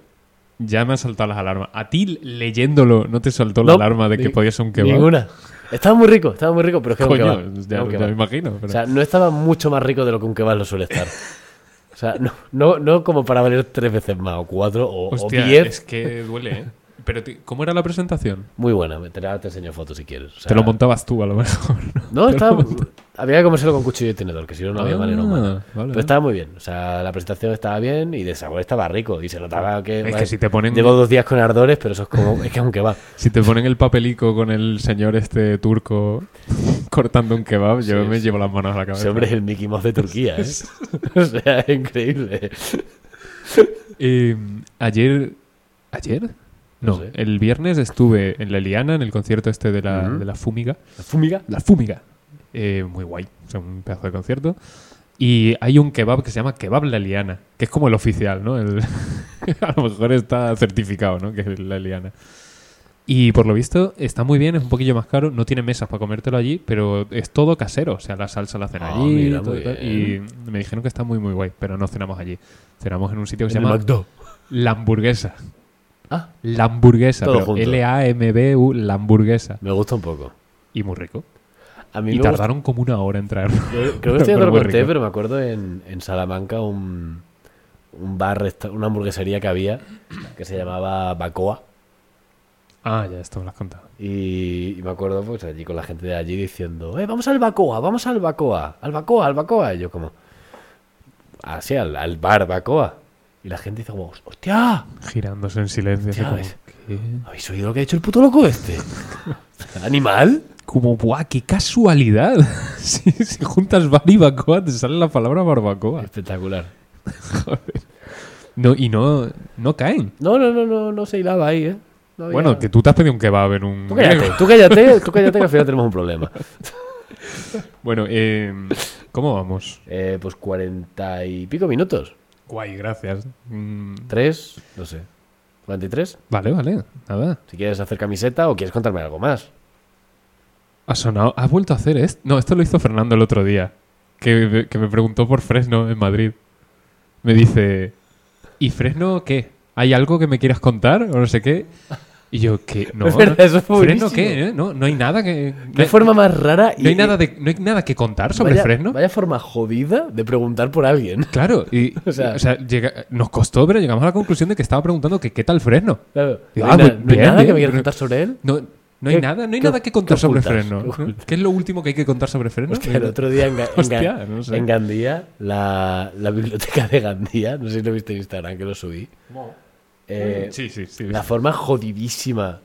S1: Ya me han saltado las alarmas. ¿A ti leyéndolo no te saltó la
S2: No,
S1: alarma de que
S2: ni-
S1: podías ser un kebab?
S2: Ninguna. Estaba muy rico, estaba muy rico, pero es que era un
S1: Coño,
S2: kebab,
S1: ya,
S2: era un
S1: ya
S2: kebab.
S1: me imagino. pero-
S2: O sea, no estaba mucho más rico de lo que un kebab lo suele estar. O sea, no, no, no como para valer tres veces más, o cuatro, o, o
S1: Hostia,
S2: diez.
S1: es que duele, ¿eh? Pero, te- ¿cómo era la presentación?
S2: Muy buena, me- te, la- te enseño fotos si quieres. O sea,
S1: Te lo montabas tú, a lo mejor. ¿no?
S2: No, estaba. Había que comérselo con cuchillo y tenedor, que si no, no había
S1: Ah,
S2: manera humana.
S1: vale,
S2: Pero estaba muy bien. O sea, la presentación estaba bien y de sabor estaba rico. Y se notaba que.
S1: Es que si te ponen-
S2: Llevo dos días con ardores, pero eso es como. Es que es un kebab.
S1: Si te ponen el papelico con el señor este turco cortando un kebab, yo
S2: Sí,
S1: me
S2: sí.
S1: llevo las manos a la cabeza.
S2: Ese hombre es el Mickey Mouse de Turquía, ¿eh? o sea, es increíble.
S1: Eh, ayer. ¿Ayer? No,
S2: No sé.
S1: el viernes estuve en La Liana, en el concierto este de la,
S2: Ujú.
S1: de la Fúmiga.
S2: ¿Fumiga?
S1: La Fúmiga. Eh, muy guay, es un pedazo de concierto. Y hay un kebab que se llama Kebab La Liana, que es como el oficial, ¿no? El- a lo mejor está certificado, ¿no? Que es La Liana. Y por lo visto está muy bien, es un poquillo más caro, no tiene mesas para comértelo allí, pero es todo casero, o sea, la salsa la hacen
S2: Ah,
S1: allí.
S2: mira,
S1: todo
S2: muy
S1: y tal.
S2: bien.
S1: y me dijeron que está muy, muy guay, pero no cenamos allí. Cenamos en un sitio que se
S2: En el
S1: llama
S2: McDo.
S1: La Hamburguesa.
S2: Ah,
S1: La hamburguesa,
S2: Todo
S1: pero
S2: junto.
S1: L-A-M-B-U, la hamburguesa.
S2: me gusta un poco.
S1: Y muy rico.
S2: A mí
S1: Y
S2: me gusta-
S1: tardaron como una hora en traerlo.
S2: Creo creo que estoy
S1: Pero
S2: lo
S1: muy
S2: conté,
S1: rico.
S2: pero me acuerdo en, en Salamanca un, un bar, resta- una hamburguesería que había que se llamaba Bacoa.
S1: Ah, ya, esto me lo has contado.
S2: Y, y me acuerdo pues allí con la gente de allí diciendo, eh, vamos al Bacoa, vamos al Bacoa, al Bacoa, al Bacoa. Y yo como, así, al, al bar Bacoa. Y la gente dice como, hostia,
S1: Girándose en silencio. así
S2: Ya
S1: como,
S2: ves.
S1: ¿qué?
S2: ¿habéis oído lo que ha dicho el puto loco este? ¿Animal?
S1: Como, ¡buah, qué casualidad! si, si juntas bar y bacoa, te sale la palabra barbacoa.
S2: Espectacular.
S1: No, y no, no caen.
S2: No, no, no, no, no se hilaba ahí, ¿eh? No había-
S1: Bueno, que tú te has pedido un kebab en un...
S2: Tú cállate,
S1: griego.
S2: tú cállate, tú cállate que al final tenemos un problema.
S1: Bueno, eh, ¿cómo vamos?
S2: Eh, pues cuarenta y pico minutos.
S1: Guay, gracias. Mm,
S2: Tres, no sé. ¿Cuarenta y tres?
S1: vale, vale, nada.
S2: Si quieres hacer camiseta o quieres contarme algo más.
S1: Ha sonado, has vuelto a hacer esto. No, esto lo hizo Fernando el otro día, que, que me preguntó por Fresno en Madrid. Me dice, ¿y Fresno qué? ¿Hay algo que me quieras contar o no sé qué? Y yo, ¿qué? No,
S2: Es verdad, eso fue
S1: ¿Fresno
S2: buenísimo.
S1: qué? eh? No, no hay nada que...
S2: ¿Qué
S1: No hay,
S2: forma más rara? y-
S1: no hay nada de- no hay nada que contar sobre
S2: vaya,
S1: Fresno.
S2: Vaya forma jodida de preguntar por alguien.
S1: Claro, y
S2: O sea-
S1: o sea, llega- nos costó, pero llegamos a la conclusión de que estaba preguntando que qué tal Fresno.
S2: Claro, no,
S1: Ah,
S2: hay na-
S1: muy
S2: no hay
S1: bien,
S2: nada que
S1: bien,
S2: me quieras
S1: pero-
S2: contar sobre él.
S1: No, no hay
S2: ¿Qué-
S1: nada, no hay
S2: qué-
S1: nada que
S2: qué
S1: contar sobre
S2: ocultas?
S1: Fresno.
S2: ¿Qué ocultas?
S1: ¿Qué es lo último que hay que contar sobre Fresno?
S2: Hostia, el otro día en, Ga- en Ga-
S1: Hostia, no sé.
S2: en Gandía, la, la biblioteca de Gandía, no sé si lo viste en Instagram que lo subí. Eh,
S1: sí, sí, sí.
S2: La forma jodidísima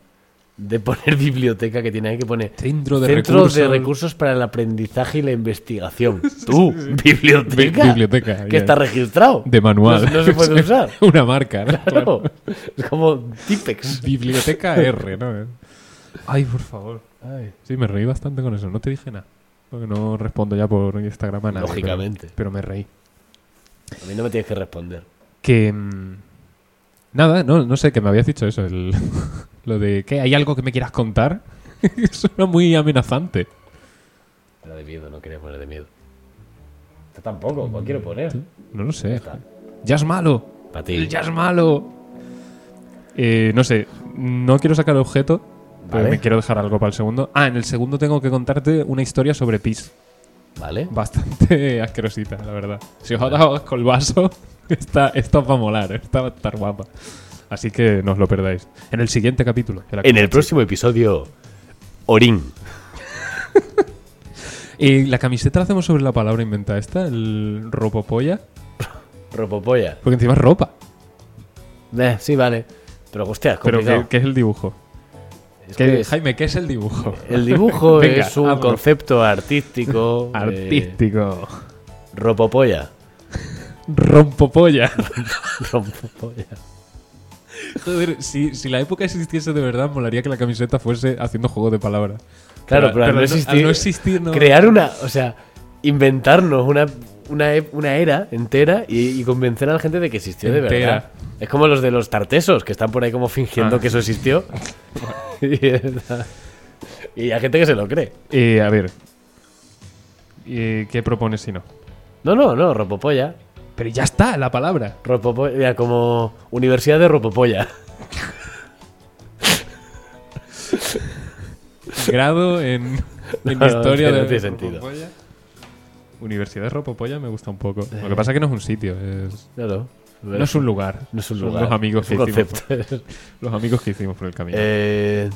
S2: de poner biblioteca que tiene ahí que pone
S1: Centro de
S2: Centro
S1: recursos.
S2: de recursos para el aprendizaje y la investigación. Tú, biblioteca.
S1: Bi- biblioteca,
S2: Que
S1: ya.
S2: está registrado.
S1: De manual.
S2: No, se- no se puede usar.
S1: Una marca, ¿no? Claro.
S2: Claro. Es como Tipex.
S1: Biblioteca R, ¿no? Ay, por favor. Sí, me reí bastante con eso. No te dije nada. Porque no respondo ya por Instagram a nadie. pero-
S2: Lógicamente.
S1: Pero, me reí.
S2: A mí no me tienes que responder.
S1: Que. mm, Nada, no, no sé, que me habías dicho eso. el- lo de que hay algo que me quieras contar. Suena muy amenazante.
S2: Era de miedo, no quería poner de miedo. Esta tampoco, ¿cuál quiero poner?
S1: No lo sé.
S2: Esta.
S1: Ya es malo.
S2: Para ti.
S1: El jazz malo. Eh, no sé, no quiero sacar objeto, pero
S2: Vale.
S1: me quiero dejar algo para el segundo. Ah, en el segundo tengo que contarte una historia sobre pis.
S2: ¿Vale?
S1: Bastante asquerosita, la verdad. Si os ha dado asco el vaso, esta, esta os va a molar, esta va a estar guapa. Así que no os lo perdáis. En el siguiente capítulo. de la
S2: En el
S1: Cucaracha.
S2: próximo episodio, Orín.
S1: Eh, la camiseta la hacemos sobre la palabra inventada esta, el ropopolla.
S2: Ropopolla.
S1: Porque encima es ropa.
S2: Eh, sí, vale. Pero hostia, es
S1: Pero
S2: complicado.
S1: ¿qué, qué es el dibujo?
S2: Es
S1: ¿Qué-
S2: que es-
S1: Jaime, ¿qué es el dibujo?
S2: El dibujo
S1: Venga,
S2: es un
S1: hazlo.
S2: concepto artístico. eh,
S1: Artístico.
S2: ropopolla.
S1: Rompopolla.
S2: Rompopolla.
S1: Joder, si, si la época existiese de verdad, molaría que la camiseta fuese haciendo juego de palabras.
S2: Claro, pero, al, no existir,
S1: al no existir, no-
S2: Crear una. O sea, inventarnos una, una, e- una era entera y, y convencer a la gente de que existió de
S1: Entera.
S2: verdad. Es como los de los tartesos que están por ahí como fingiendo
S1: Ah.
S2: que eso existió. y, es- y hay gente que se lo cree.
S1: Eh, a ver. Eh, ¿Qué propones si no?
S2: No, no, no, ropopolla.
S1: Pero ya está la palabra.
S2: Ropopo- mira, como Universidad de Ropopolla.
S1: Grado en, en
S2: No, no,
S1: historia
S2: no
S1: de
S2: tiene sentido.
S1: Ropopolla. Universidad de Ropopolla me gusta un poco. Lo que pasa es que no es un sitio, es-
S2: Claro.
S1: no es un lugar.
S2: No Eh. es un
S1: Son
S2: lugar.
S1: Los amigos,
S2: es un
S1: que hicimos,
S2: concepto.
S1: los amigos que hicimos por el camino.
S2: Eh,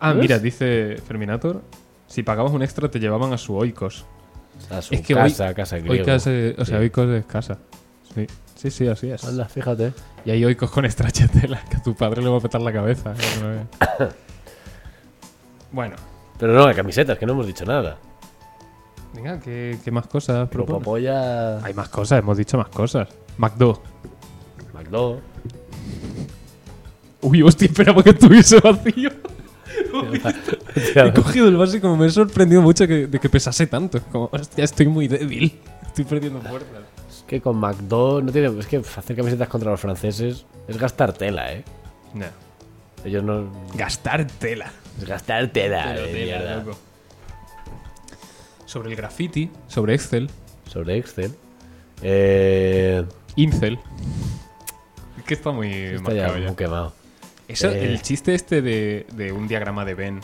S1: ah,
S2: ¿ves?
S1: mira, dice Ferminator, si pagabas un extra te llevaban a su oikos.
S2: a su
S1: Es que
S2: casa,
S1: hoy-
S2: casa griego.
S1: Oikos, eh, o sea,
S2: Sí.
S1: oikos es casa. Sí, sí, sí, así es.
S2: Anda, fíjate.
S1: Y hay oicos con estrachetela que a tu padre le va a petar la cabeza. que no es. bueno,
S2: Pero no, la camiseta, es que no hemos dicho nada.
S1: venga, ¿qué, qué más cosas propones?
S2: Ropopolla,
S1: Hay más cosas, hemos dicho más cosas. McDo.
S2: McDo.
S1: Uy, hostia, esperaba que estuviese vacío. He cogido el vaso y como me he sorprendido mucho que- de que pesase tanto. Es Como, hostia, estoy muy débil. Estoy perdiendo fuerzas.
S2: Es que con McDo no tiene. Es que hacer camisetas contra los franceses es gastar tela, ¿eh?
S1: No.
S2: Ellos no.
S1: Gastar tela.
S2: Es gastar tela,
S1: Pero
S2: de
S1: tela,
S2: mierda.
S1: loco. Sobre el graffiti, sobre Excel,
S2: Sobre Excel. Eh,
S1: Incel. Es que está muy
S2: está ya
S1: marcado ya.
S2: muy quemado.
S1: Eso,
S2: Eh.
S1: El chiste este de, de un diagrama de Ben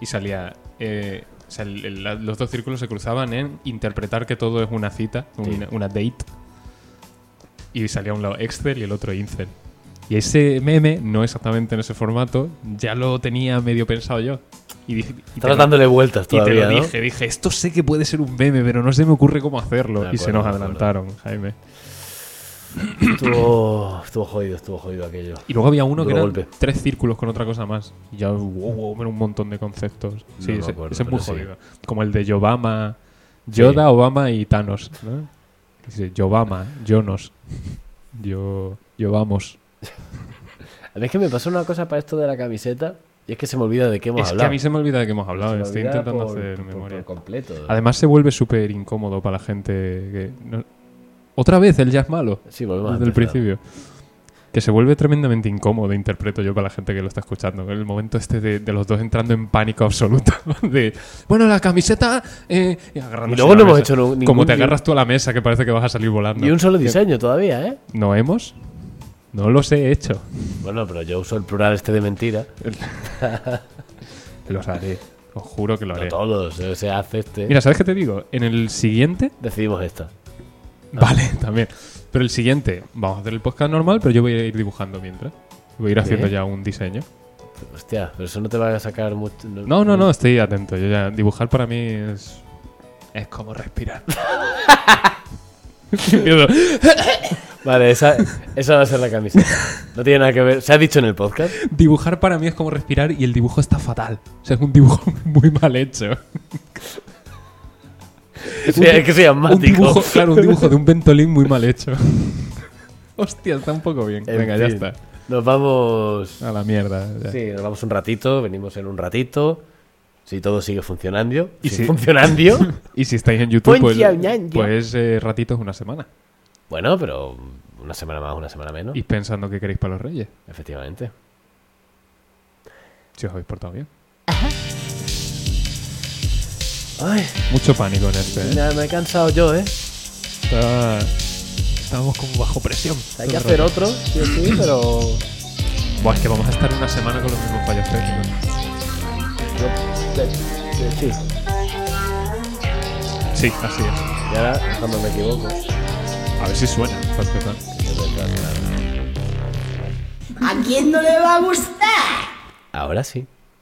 S1: y salía. eh, o sea, el- el- la- los dos círculos se cruzaban en interpretar que todo es una cita, una, una date. Y salía un lado Excel y el otro Incel. Y ese meme, no exactamente en ese formato, ya lo tenía medio pensado yo. Y, dije- y te
S2: Estás
S1: lo-
S2: dándole vueltas
S1: y te
S2: todavía,
S1: lo
S2: ¿no?
S1: dije, dije, esto sé que puede ser un meme, pero no se me ocurre cómo hacerlo.
S2: De
S1: y se nos
S2: acuerdo, de acuerdo.
S1: adelantaron, Jaime.
S2: Estuvo, estuvo jodido, estuvo jodido aquello.
S1: Y luego había uno
S2: Duro
S1: que eran
S2: golpe.
S1: tres círculos con otra cosa más. Y ya, wow, wow, era un montón de conceptos.
S2: No
S1: Sí,
S2: me
S1: ese,
S2: acuerdo,
S1: ese es muy
S2: pero sí.
S1: jodido. Como el de Obama, Yoda, Obama y Thanos. ¿no? Dice, Obama, Jonos, yo, yo vamos.
S2: A mí es que me pasó una cosa para esto de la camiseta y es que se me olvida de qué hemos
S1: Es que a
S2: hablado.
S1: mí se me olvida de que hemos hablado.
S2: Se me
S1: Estoy
S2: olvida
S1: intentando
S2: por-
S1: hacer
S2: por-
S1: memoria.
S2: por completo.
S1: Además se vuelve súper incómodo para la gente que... no- Otra vez el jazz malo.
S2: sí, volvemos a
S1: desde el
S2: empezar.
S1: principio. Que se vuelve tremendamente incómodo, interpreto yo, para la gente que lo está escuchando. El momento este de, de los dos entrando en pánico absoluto. De, bueno, la camiseta. eh", y agarrándose
S2: Y luego
S1: a la
S2: no hemos
S1: mesa.
S2: hecho nu- ningún-
S1: Como te
S2: ni-
S1: agarras tú a la mesa, que parece que vas a salir volando.
S2: Y un solo
S1: Que-
S2: diseño todavía, ¿eh?
S1: ¿No hemos? No los he hecho.
S2: Bueno, pero yo uso el plural este de mentira.
S1: Los haré. Os juro que lo
S2: No
S1: haré.
S2: todos, eh, se hace este.
S1: Mira, ¿sabes qué te digo? En el siguiente
S2: Decidimos esta. Ah.
S1: Vale, también. Pero el siguiente, vamos a hacer el podcast normal, pero yo voy a ir dibujando mientras. Voy a ir haciendo
S2: Bien.
S1: ya un diseño.
S2: Hostia, pero eso no te va a sacar mucho.
S1: No, no, no, estoy atento. Yo ya, dibujar para mí es. Es como respirar. Empiezo,
S2: Vale, esa, esa va a ser la camiseta. No tiene nada que ver. Se ha dicho en el podcast.
S1: dibujar para mí es como respirar y el dibujo está fatal. O sea, es un dibujo muy mal hecho.
S2: Sí, es que soy
S1: Un
S2: asmático.
S1: dibujo, claro, un dibujo de un ventolín muy mal hecho. Hostia, está un poco bien.
S2: En
S1: Venga, ya
S2: fin,
S1: está.
S2: Nos vamos.
S1: A la mierda. ya.
S2: Sí, nos vamos un ratito. Venimos en un ratito. Si todo sigue funcionando.
S1: Y
S2: Y
S1: si-
S2: si funcionando.
S1: Y si estáis en YouTube, pues,
S3: Poncio, ñan, ñan.
S1: pues eh, ratitos una semana.
S2: bueno, pero una semana más, una semana menos.
S1: Y pensando que queréis para los reyes.
S2: Efectivamente.
S1: Si os habéis portado bien.
S2: Ay,
S1: Mucho pánico en este. ¿eh?
S2: me he cansado yo, ¿eh?
S1: Está- Estábamos como bajo presión.
S2: Hay que hacer otro, sí o sí, pero yo
S1: Buah, es que vamos a estar una semana con los mismos fallos técnicos.
S2: de- de- sí.
S1: Sí, así es.
S2: Y ahora, cuando me equivoco,
S1: A ver si suena. para empezar.
S2: es verdad, claro.
S3: ¿A quién no le va a gustar?
S2: ahora sí.